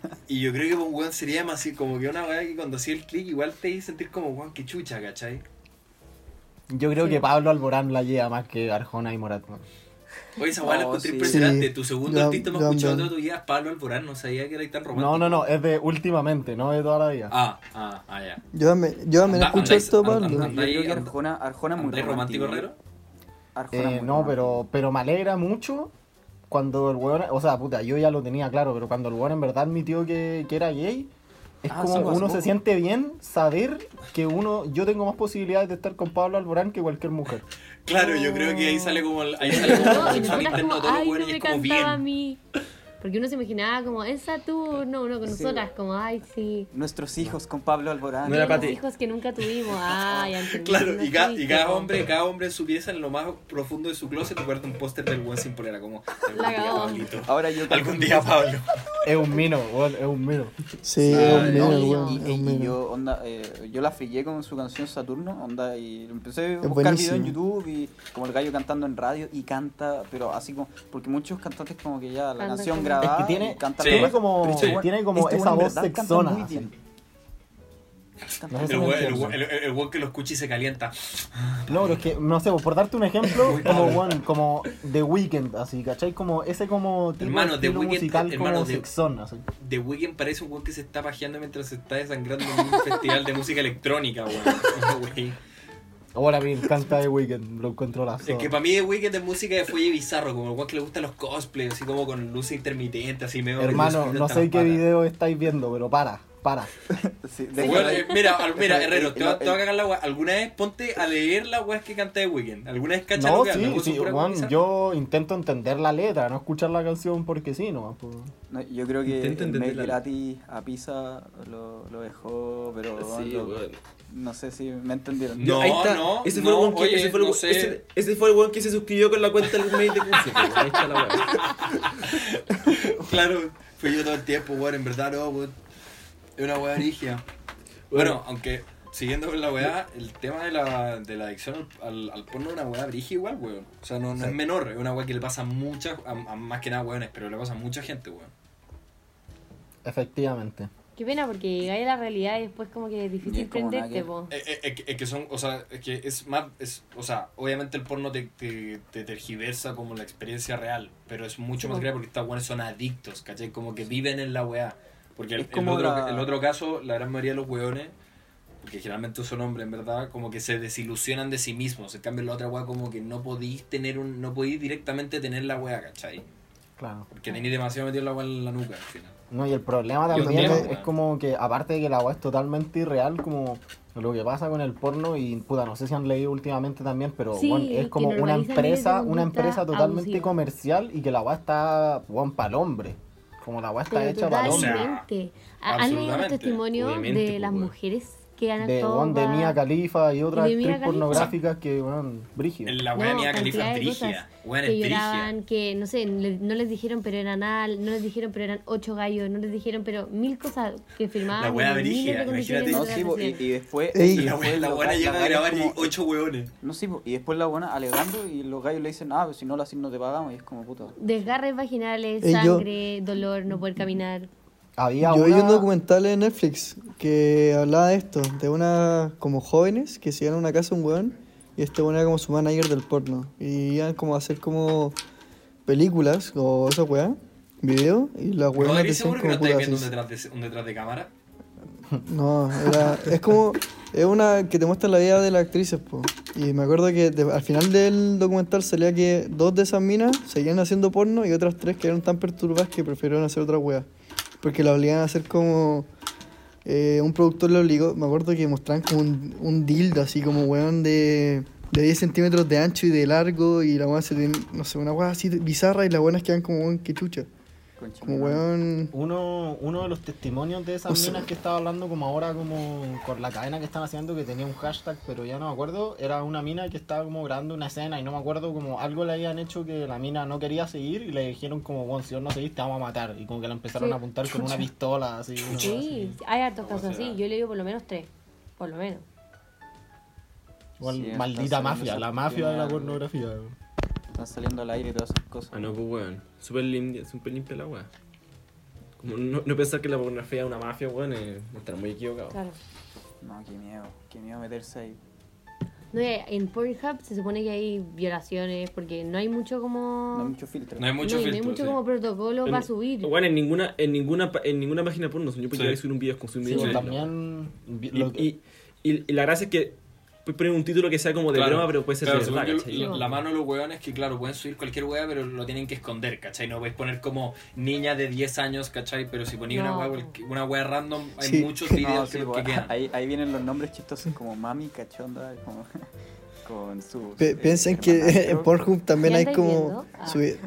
[SPEAKER 1] porfa.
[SPEAKER 2] Y yo creo que un weón sería más así, como que una weá que cuando hacía el clic igual te hizo sentir como weón que chucha, ¿cachai?
[SPEAKER 1] Yo creo
[SPEAKER 6] Sí.
[SPEAKER 1] que Pablo Alborán la lleva más que Arjona y Morat. weón.
[SPEAKER 2] Oye, esa weá la
[SPEAKER 3] Oh,
[SPEAKER 2] encontré
[SPEAKER 3] sí.
[SPEAKER 2] impresionante.
[SPEAKER 4] Sí.
[SPEAKER 2] Tu segundo
[SPEAKER 4] Ya-
[SPEAKER 2] artista más
[SPEAKER 4] ya,
[SPEAKER 2] escuchado de
[SPEAKER 4] ya.
[SPEAKER 2] tu vida es Pablo Alborán, no sabía que era tan romántico.
[SPEAKER 1] No, no, no, es de últimamente, no de toda la vida.
[SPEAKER 2] Ah, ah, ah, ya.
[SPEAKER 4] yo también, yo también
[SPEAKER 2] Anda-
[SPEAKER 4] escucho
[SPEAKER 2] andáis-
[SPEAKER 4] esto,
[SPEAKER 2] and-
[SPEAKER 4] Pablo.
[SPEAKER 2] and-
[SPEAKER 3] Yo creo que
[SPEAKER 2] Andrés-
[SPEAKER 3] Arjona, Arjona es muy
[SPEAKER 2] ¿Andrés romántico herrero?
[SPEAKER 3] Arjona
[SPEAKER 1] Eh,
[SPEAKER 3] muy
[SPEAKER 1] no,
[SPEAKER 3] romántico.
[SPEAKER 1] pero, pero me alegra mucho cuando el weón, o sea, puta, yo ya lo tenía claro, pero cuando el weón en verdad admitió que, que era gay, es
[SPEAKER 3] Ah,
[SPEAKER 1] como
[SPEAKER 3] sí, hace
[SPEAKER 1] uno
[SPEAKER 3] poco.
[SPEAKER 1] se siente bien saber que uno, yo tengo más posibilidades de estar con Pablo Alborán que cualquier mujer.
[SPEAKER 2] Claro, yo creo que ahí sale como el, ahí sale como el
[SPEAKER 6] No, y
[SPEAKER 2] sexual
[SPEAKER 6] nosotras
[SPEAKER 2] interno
[SPEAKER 6] como,
[SPEAKER 2] de todos los
[SPEAKER 6] ay, no
[SPEAKER 2] weones y
[SPEAKER 6] me
[SPEAKER 2] es como
[SPEAKER 6] cantaba a
[SPEAKER 2] bien.
[SPEAKER 6] mí. Porque uno se imaginaba como, es Saturno, uno con
[SPEAKER 3] Sí.
[SPEAKER 6] nosotras, como, ay, sí.
[SPEAKER 3] Nuestros hijos con Pablo Alborán.
[SPEAKER 5] No era
[SPEAKER 6] Los
[SPEAKER 5] para ti.
[SPEAKER 6] hijos que nunca tuvimos, ay, antes
[SPEAKER 2] Claro, y, ca- y cada hombre, cada hombre en su pieza, en lo más profundo de su closet, guarda un póster del weón sin polera, como algún
[SPEAKER 6] La
[SPEAKER 2] día,
[SPEAKER 6] cagó.
[SPEAKER 2] Pablito.
[SPEAKER 3] Ahora yo
[SPEAKER 2] Algún día, Pablo.
[SPEAKER 1] Es un mino, weón, es un mino.
[SPEAKER 4] Sí,
[SPEAKER 2] Ah,
[SPEAKER 4] es un
[SPEAKER 2] no,
[SPEAKER 4] meme,
[SPEAKER 6] y-
[SPEAKER 4] weón,
[SPEAKER 3] Y,
[SPEAKER 4] es
[SPEAKER 3] y-
[SPEAKER 4] un
[SPEAKER 3] y
[SPEAKER 4] meme.
[SPEAKER 3] yo, onda, eh, yo la frillé con su canción Saturno, onda, y empecé a buscar video en
[SPEAKER 4] buenísimo.
[SPEAKER 3] YouTube y como el gallo cantando en radio y canta, pero así como, porque muchos cantantes como que ya la
[SPEAKER 6] Cantan
[SPEAKER 3] canción
[SPEAKER 6] como-
[SPEAKER 1] Es
[SPEAKER 3] grabada
[SPEAKER 1] que tiene,
[SPEAKER 3] y cantan
[SPEAKER 1] tiene
[SPEAKER 2] Sí.
[SPEAKER 3] nomás.
[SPEAKER 1] como,
[SPEAKER 3] Pero este weón-
[SPEAKER 1] tiene como
[SPEAKER 3] este
[SPEAKER 1] esa
[SPEAKER 3] weón en
[SPEAKER 1] voz
[SPEAKER 3] verdad canta muy
[SPEAKER 1] sexona.
[SPEAKER 3] bien. Canta-
[SPEAKER 1] No sé.
[SPEAKER 2] El
[SPEAKER 1] me
[SPEAKER 2] weón- el
[SPEAKER 1] entiendo.
[SPEAKER 2] weón- el- el- el weón que lo escucha y se calienta.
[SPEAKER 1] No, pero es que, no sé, por darte un ejemplo, como, weón, como The Weeknd, así, ¿cachai? Como ese como tipo
[SPEAKER 2] Hermano,
[SPEAKER 1] de
[SPEAKER 2] The
[SPEAKER 1] estilo
[SPEAKER 2] Weeknd,
[SPEAKER 1] musical
[SPEAKER 2] hermano,
[SPEAKER 1] como
[SPEAKER 2] The-
[SPEAKER 1] sexón, así.
[SPEAKER 2] The Weeknd parece un weón que se está pajeando mientras se está desangrando en un festival de música electrónica, weón. Wey.
[SPEAKER 1] Ahora me encanta The Weeknd, lo encuentro la
[SPEAKER 2] Es que
[SPEAKER 1] zorra.
[SPEAKER 2] para mí The Weeknd es música de fuelle bizarro, como el weón que le gustan los cosplays, así como con luces intermitentes, así medio...
[SPEAKER 1] Hermano, no sé qué video estáis viendo, pero para, para.
[SPEAKER 3] Sí, de-
[SPEAKER 2] Bueno, eh, mira, al- mira,
[SPEAKER 3] Eso,
[SPEAKER 2] Herrero,
[SPEAKER 3] eh,
[SPEAKER 2] te va,
[SPEAKER 3] eh,
[SPEAKER 2] te va a cagar la weá. Alguna vez ponte a leer la weá que canta The Weeknd. Alguna vez cacha lo
[SPEAKER 1] No,
[SPEAKER 2] que habla,
[SPEAKER 1] sí,
[SPEAKER 2] weón,
[SPEAKER 1] sí,
[SPEAKER 2] son puras
[SPEAKER 1] weón,
[SPEAKER 2] weas bizarras.
[SPEAKER 1] yo intento entender la letra, no escuchar la canción porque sí, no. pues.
[SPEAKER 3] no, yo creo que
[SPEAKER 5] Intento
[SPEAKER 3] el mail
[SPEAKER 5] entenderla.
[SPEAKER 3] gratis a Pisa lo, lo dejó, pero
[SPEAKER 5] Sí,
[SPEAKER 3] lo-
[SPEAKER 5] weón.
[SPEAKER 3] no sé si me entendieron.
[SPEAKER 2] No,
[SPEAKER 5] Ahí está.
[SPEAKER 2] no,
[SPEAKER 5] Ese fue el
[SPEAKER 2] no,
[SPEAKER 5] weón que-
[SPEAKER 2] oye,
[SPEAKER 5] ese fue el
[SPEAKER 2] no
[SPEAKER 5] weón-
[SPEAKER 2] sé.
[SPEAKER 5] ese- ese fue el weón que se suscribió con la cuenta del mail de curso. weón. Ahí está la weá.
[SPEAKER 2] Claro, fui yo todo el tiempo, weón, en verdad no, weón. Es una weá origia. Bueno, aunque siguiendo con la weá, el tema de la, de la adicción al, al- al porno es una weá brigia igual, weón. O sea, no, no es menor, es una weá que le pasa a muchas, a, a más que nada weones, pero le pasa a mucha gente, weón.
[SPEAKER 1] Efectivamente.
[SPEAKER 6] Qué pena, porque llegáis a la realidad y después como que es
[SPEAKER 3] Y
[SPEAKER 6] difícil
[SPEAKER 3] es como nada
[SPEAKER 6] prenderte,
[SPEAKER 3] que-
[SPEAKER 6] po.
[SPEAKER 2] Eh, eh, Es que- es que son, o sea, es que es más, es, o sea, obviamente el porno te, te, te tergiversa como la experiencia real, pero es mucho más
[SPEAKER 6] Sí.
[SPEAKER 2] grave porque estas weones son adictos, ¿cachai? Como que viven en la weá. Porque el,
[SPEAKER 3] Es
[SPEAKER 2] el
[SPEAKER 3] como
[SPEAKER 2] otro,
[SPEAKER 3] la-
[SPEAKER 2] el otro caso, la gran mayoría de los weones, porque generalmente son hombres, en verdad, como que se desilusionan de sí mismos. En cambio, la otra weá como que no podís tener un, no podís directamente tener la weá, ¿cachai?
[SPEAKER 1] Claro.
[SPEAKER 2] Porque tenéis demasiado metido la weá en la nuca al final.
[SPEAKER 1] No, y el problema
[SPEAKER 2] Yo
[SPEAKER 1] también
[SPEAKER 2] entiendo,
[SPEAKER 1] es,
[SPEAKER 2] weón.
[SPEAKER 1] es como que, aparte de que la weá es totalmente irreal, como lo que pasa con el porno, y puta, no sé si han leído últimamente también, pero
[SPEAKER 6] Sí,
[SPEAKER 1] weón, es
[SPEAKER 6] que
[SPEAKER 1] como una
[SPEAKER 6] normalizan esa
[SPEAKER 1] empresa,
[SPEAKER 6] conducta
[SPEAKER 1] una empresa totalmente
[SPEAKER 6] abusiva.
[SPEAKER 1] comercial y que la weá está, weón, para el hombre. Como la weá está
[SPEAKER 6] Pero
[SPEAKER 1] hecha para el hombre.
[SPEAKER 2] total.
[SPEAKER 6] totalmente. ¿Ha- ¿Han leído
[SPEAKER 2] absolutamente,
[SPEAKER 6] testimonio
[SPEAKER 5] obviamente,
[SPEAKER 6] de
[SPEAKER 5] po,
[SPEAKER 6] las
[SPEAKER 5] weón.
[SPEAKER 6] mujeres que han
[SPEAKER 1] De,
[SPEAKER 6] actuado
[SPEAKER 1] weón, de
[SPEAKER 6] va-
[SPEAKER 1] Mia Khalifa y otras
[SPEAKER 6] de Mia
[SPEAKER 1] actriz
[SPEAKER 6] Khalifa.
[SPEAKER 1] pornográficas que, weón, brígidas.
[SPEAKER 2] La
[SPEAKER 6] No,
[SPEAKER 2] weá mía Califa
[SPEAKER 6] cantidad
[SPEAKER 2] es
[SPEAKER 6] de
[SPEAKER 2] brigia.
[SPEAKER 6] cosas
[SPEAKER 2] Weón
[SPEAKER 6] que
[SPEAKER 2] es
[SPEAKER 6] lloraban,
[SPEAKER 2] brigia.
[SPEAKER 6] que no sé, le- no les dijeron pero eran al, no les dijeron pero eran ocho gallos, no les dijeron pero mil cosas que firmaban.
[SPEAKER 2] La wea
[SPEAKER 6] miles de
[SPEAKER 2] brígida,
[SPEAKER 6] condiciones
[SPEAKER 2] imagínate.
[SPEAKER 3] No,
[SPEAKER 6] de
[SPEAKER 3] sí, po, y,
[SPEAKER 6] relación.
[SPEAKER 3] y después.
[SPEAKER 4] Ey.
[SPEAKER 3] y
[SPEAKER 2] La
[SPEAKER 3] después
[SPEAKER 2] weá la
[SPEAKER 3] los
[SPEAKER 2] buena
[SPEAKER 3] ga-
[SPEAKER 2] llega
[SPEAKER 3] las
[SPEAKER 2] a
[SPEAKER 3] gallas
[SPEAKER 2] grabar y
[SPEAKER 3] como-
[SPEAKER 2] ocho weones.
[SPEAKER 3] No, sí, po, y después la buena alegando y los gallos le dicen, ah, pero si no lo así no te pagamos. Y es como puta.
[SPEAKER 6] Desgarres vaginales,
[SPEAKER 4] Ey, yo-
[SPEAKER 6] sangre, dolor, no poder caminar.
[SPEAKER 1] Había
[SPEAKER 4] Yo vi
[SPEAKER 1] una-
[SPEAKER 4] un documental en Netflix que hablaba de esto, de una como jóvenes que se iban a una casa un weón y este weón era como su manager del porno. Y iban como a hacer como películas o esa weá, video, y las weonas
[SPEAKER 2] Rodri,
[SPEAKER 4] decían
[SPEAKER 2] seguro que no
[SPEAKER 4] como
[SPEAKER 2] estáis
[SPEAKER 4] putas
[SPEAKER 2] viendo un
[SPEAKER 4] así.
[SPEAKER 2] detrás de, un detrás de cámara.
[SPEAKER 4] No, era, es como. Es una que te muestra la vida de las actrices, po. Y me acuerdo que de- al final del documental salía que dos de esas minas seguían haciendo porno y otras tres que eran tan perturbadas que prefirieron hacer otra wea. Porque la obligaban a hacer como. eh, un productor le obligó. Me acuerdo que mostraban como un, un dildo así como weón de. De 10 centímetros de ancho y de largo, y la weá se ten- no sé, una weá así bizarra, y las buenas quedan como weón, que chucha.
[SPEAKER 3] Concha
[SPEAKER 4] Como
[SPEAKER 3] madre.
[SPEAKER 4] weón.
[SPEAKER 1] Uno, uno de los testimonios de esas
[SPEAKER 4] O sea-
[SPEAKER 1] minas que estaba hablando como ahora como con la cadena que estaba haciendo que tenía un hashtag pero ya no me acuerdo era una mina que estaba como grabando una escena y no me acuerdo como algo le habían hecho que la mina no quería seguir y le dijeron como bueno si vos no seguís te vamos a matar y como que la empezaron
[SPEAKER 6] Sí.
[SPEAKER 1] a apuntar con una pistola así, una cosa
[SPEAKER 6] Sí,
[SPEAKER 1] así.
[SPEAKER 6] hay hartos casos
[SPEAKER 2] será?
[SPEAKER 6] así. Yo le digo por lo menos tres. Por lo menos.
[SPEAKER 1] Igual,
[SPEAKER 3] Sí, está
[SPEAKER 1] maldita
[SPEAKER 3] saliendo
[SPEAKER 1] mafia
[SPEAKER 3] esa
[SPEAKER 1] la mafia de la
[SPEAKER 3] cuestión.
[SPEAKER 1] pornografía
[SPEAKER 3] Están saliendo al aire y todas esas cosas.
[SPEAKER 5] Ah, no, pues weón. Súper limpia, súper limpia la weá. Como no, no pensar que la pornografía es una mafia, weón, es estar muy equivocado.
[SPEAKER 6] Claro.
[SPEAKER 3] No, qué miedo. Qué miedo meterse ahí.
[SPEAKER 6] No, y en Pornhub se supone que hay violaciones porque no hay mucho como.
[SPEAKER 3] No hay mucho filtro.
[SPEAKER 2] No hay mucho
[SPEAKER 6] no hay- no hay
[SPEAKER 2] filtro.
[SPEAKER 6] mucho
[SPEAKER 2] sí.
[SPEAKER 6] como protocolo para subir.
[SPEAKER 5] Weón, en ninguna, en ninguna, pa- en ninguna página porno, yo puedo
[SPEAKER 2] Sí.
[SPEAKER 5] llegar y subir un video, es como subir un
[SPEAKER 1] Sí,
[SPEAKER 5] video.
[SPEAKER 2] sí.
[SPEAKER 1] también vi-
[SPEAKER 5] Y,
[SPEAKER 1] lo que-
[SPEAKER 5] y, y- y la gracia es que puedes poner un título que sea como de
[SPEAKER 2] Claro,
[SPEAKER 5] broma, pero puede ser
[SPEAKER 2] claro,
[SPEAKER 5] de verdad,
[SPEAKER 2] según yo,
[SPEAKER 5] ¿cachai?
[SPEAKER 2] la, la mano de los huevones que, claro, pueden subir cualquier hueá, pero lo tienen que esconder, ¿cachai? No podéis poner como niña de 10 años, ¿cachai? Pero si ponéis una
[SPEAKER 6] No.
[SPEAKER 2] hueá cualqui- una hueá random, hay
[SPEAKER 4] Sí.
[SPEAKER 2] muchos
[SPEAKER 4] No,
[SPEAKER 2] videos
[SPEAKER 3] No,
[SPEAKER 2] que,
[SPEAKER 3] sí, po,
[SPEAKER 2] que quedan.
[SPEAKER 3] ahí, ahí vienen los nombres chistosos como mami, cachonda, como, con su... eh,
[SPEAKER 4] Pe- piensen que en Pornhub también
[SPEAKER 6] ¿Ya
[SPEAKER 4] hay
[SPEAKER 6] estáis
[SPEAKER 4] como.
[SPEAKER 6] viendo? Ah.
[SPEAKER 4] subi-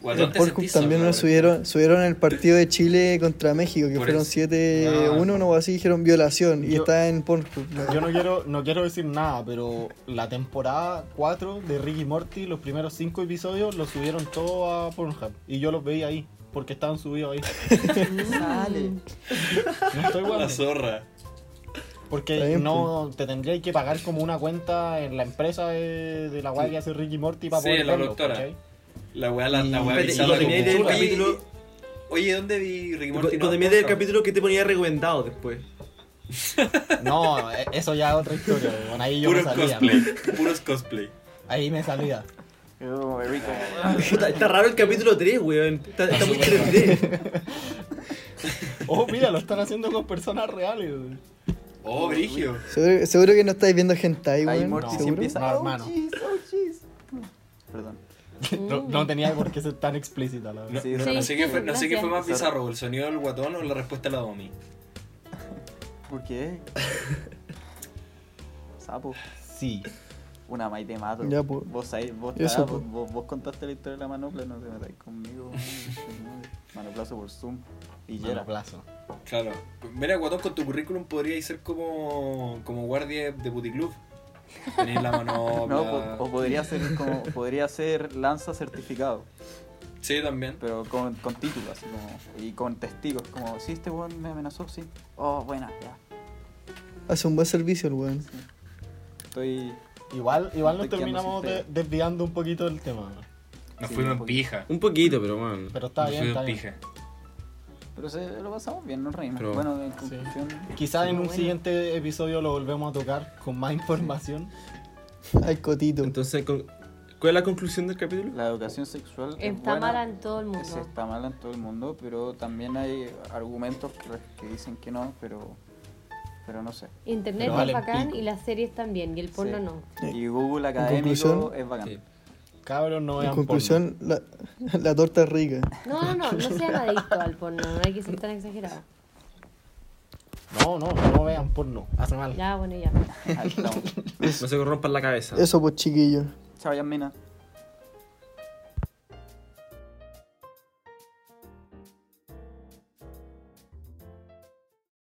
[SPEAKER 2] Guatón,
[SPEAKER 4] En
[SPEAKER 2] te
[SPEAKER 4] Pornhub
[SPEAKER 2] sentís
[SPEAKER 4] también
[SPEAKER 2] solo,
[SPEAKER 4] nos
[SPEAKER 2] güey.
[SPEAKER 4] subieron, subieron el partido de Chile contra México, que
[SPEAKER 2] Por
[SPEAKER 4] fueron
[SPEAKER 2] eso.
[SPEAKER 4] 7-1 o así, dijeron violación, y
[SPEAKER 1] Yo-
[SPEAKER 4] está en Pornhub. ¿no?
[SPEAKER 1] Yo no quiero, no quiero decir nada, pero la temporada 4 de Ricky Morty, los primeros 5 episodios, los subieron todos a Pornhub. Y yo los veía ahí, porque estaban subidos ahí.
[SPEAKER 6] Mm.
[SPEAKER 3] Sale.
[SPEAKER 1] No estoy
[SPEAKER 2] La
[SPEAKER 1] bueno.
[SPEAKER 2] zorra.
[SPEAKER 1] Porque
[SPEAKER 4] Está bien, pues.
[SPEAKER 1] no te tendríais que pagar como una cuenta en la empresa de, de la guay que hace Ricky Morty para
[SPEAKER 2] Sí,
[SPEAKER 1] poder
[SPEAKER 2] la
[SPEAKER 1] verlo,
[SPEAKER 2] doctora.
[SPEAKER 1] ¿cachai?
[SPEAKER 2] La hueá, la, la hueá
[SPEAKER 5] Espérate,
[SPEAKER 2] avisada
[SPEAKER 5] y cuando
[SPEAKER 2] como
[SPEAKER 5] termináis de ver el
[SPEAKER 2] chula.
[SPEAKER 5] capítulo-
[SPEAKER 2] Oye, ¿dónde vi Rick y Morty?
[SPEAKER 5] Cuando
[SPEAKER 2] No,
[SPEAKER 5] terminé el
[SPEAKER 2] Pornhub.
[SPEAKER 5] capítulo, que te ponía recomendado después?
[SPEAKER 1] No, e- eso ya es otra historia. Bueno, ahí yo me
[SPEAKER 2] Puros
[SPEAKER 1] salía.
[SPEAKER 2] cosplay. Puros cosplay.
[SPEAKER 1] Ahí me salía.
[SPEAKER 3] Yo como rico.
[SPEAKER 5] Puta, está raro el capítulo 3, weón. Está, está muy 3D.
[SPEAKER 1] Oh, mira, lo están haciendo con personas reales. güey.
[SPEAKER 2] Oh, Brigio.
[SPEAKER 4] Seguro, seguro que no estáis viendo gente ahí,
[SPEAKER 3] Ahí
[SPEAKER 4] weón.
[SPEAKER 3] Morty
[SPEAKER 1] no,
[SPEAKER 3] se
[SPEAKER 4] ¿seguro?
[SPEAKER 3] empieza...
[SPEAKER 1] no,
[SPEAKER 3] "Oh,
[SPEAKER 1] hermano.
[SPEAKER 3] jeez, oh, jeez". Perdón.
[SPEAKER 6] Mm.
[SPEAKER 1] No, no tenía por qué ser tan explícita, la verdad.
[SPEAKER 2] No,
[SPEAKER 3] Sí,
[SPEAKER 2] no-
[SPEAKER 3] sí,
[SPEAKER 2] no sé qué fue, no sé qué fue más
[SPEAKER 3] gracias.
[SPEAKER 2] bizarro, el sonido del guatón o la respuesta de la Domi.
[SPEAKER 3] ¿Por qué? Sapo.
[SPEAKER 1] Sí.
[SPEAKER 3] Una maíz te mato.
[SPEAKER 4] Ya, po.
[SPEAKER 3] Vos, ahí, vos,
[SPEAKER 4] Eso,
[SPEAKER 3] ah,
[SPEAKER 4] pues. po.
[SPEAKER 3] vos, vos- vos contaste la historia de la manopla, no te metáis conmigo. man. Manoplazo por Zoom. Y
[SPEAKER 1] Mano
[SPEAKER 3] Yera.
[SPEAKER 1] plazo.
[SPEAKER 2] Claro. Mira, guatón, con tu currículum podríais ser como, como guardia de puticlub. Tenéis la mano.
[SPEAKER 3] No, po- o podría ser como podría ser lanza certificado,
[SPEAKER 2] Sí, también.
[SPEAKER 3] pero con, con título así como y con testigos como sí este weón me amenazó, sí. Oh, buena, ya.
[SPEAKER 4] Hace un buen servicio el weón.
[SPEAKER 3] Estoy
[SPEAKER 1] Igual, igual nos
[SPEAKER 3] Estoy quedando
[SPEAKER 1] terminamos
[SPEAKER 3] sin
[SPEAKER 1] de- desviando un poquito del tema, ¿no?
[SPEAKER 2] Nos
[SPEAKER 3] Sí,
[SPEAKER 2] fuimos
[SPEAKER 3] un
[SPEAKER 2] en
[SPEAKER 3] poquito.
[SPEAKER 2] pija.
[SPEAKER 5] Un poquito, pero weón.
[SPEAKER 1] pero está
[SPEAKER 2] Nos
[SPEAKER 1] bien, está
[SPEAKER 2] fuimos en
[SPEAKER 1] bien.
[SPEAKER 2] pija.
[SPEAKER 3] pero se, lo pasamos bien, nos reímos.
[SPEAKER 5] Pero-
[SPEAKER 3] Bueno, en conclusión,
[SPEAKER 1] Quizás en un
[SPEAKER 6] bueno.
[SPEAKER 1] siguiente episodio lo volvemos a tocar con más información.
[SPEAKER 4] Ay, cotito.
[SPEAKER 5] Entonces, con- ¿cuál es la conclusión del capítulo?
[SPEAKER 3] la educación sexual es
[SPEAKER 6] Está
[SPEAKER 3] buena,
[SPEAKER 6] mala en todo el mundo.
[SPEAKER 3] se está mala en todo el mundo, pero también hay argumentos que, que dicen que no, pero pero no sé.
[SPEAKER 6] Internet
[SPEAKER 1] Pero
[SPEAKER 6] es
[SPEAKER 1] valen
[SPEAKER 6] bacán
[SPEAKER 1] pico.
[SPEAKER 6] y las series también, y el porno
[SPEAKER 3] Sí.
[SPEAKER 6] no.
[SPEAKER 3] Y Google
[SPEAKER 4] conclusión,
[SPEAKER 3] académico es bacán.
[SPEAKER 5] Sí.
[SPEAKER 1] Cabros, no vean
[SPEAKER 4] En conclusión, la, la torta es rica.
[SPEAKER 6] No, no, no, no sean adictos al porno, no hay que ser tan exagerado.
[SPEAKER 1] porno. No, no, no vean porno. Hace mal.
[SPEAKER 6] Ya, bueno, ya.
[SPEAKER 3] Ahí estamos.
[SPEAKER 5] No se corrompan la cabeza.
[SPEAKER 4] Eso, pues, chiquillos.
[SPEAKER 3] Chao, Yasmina.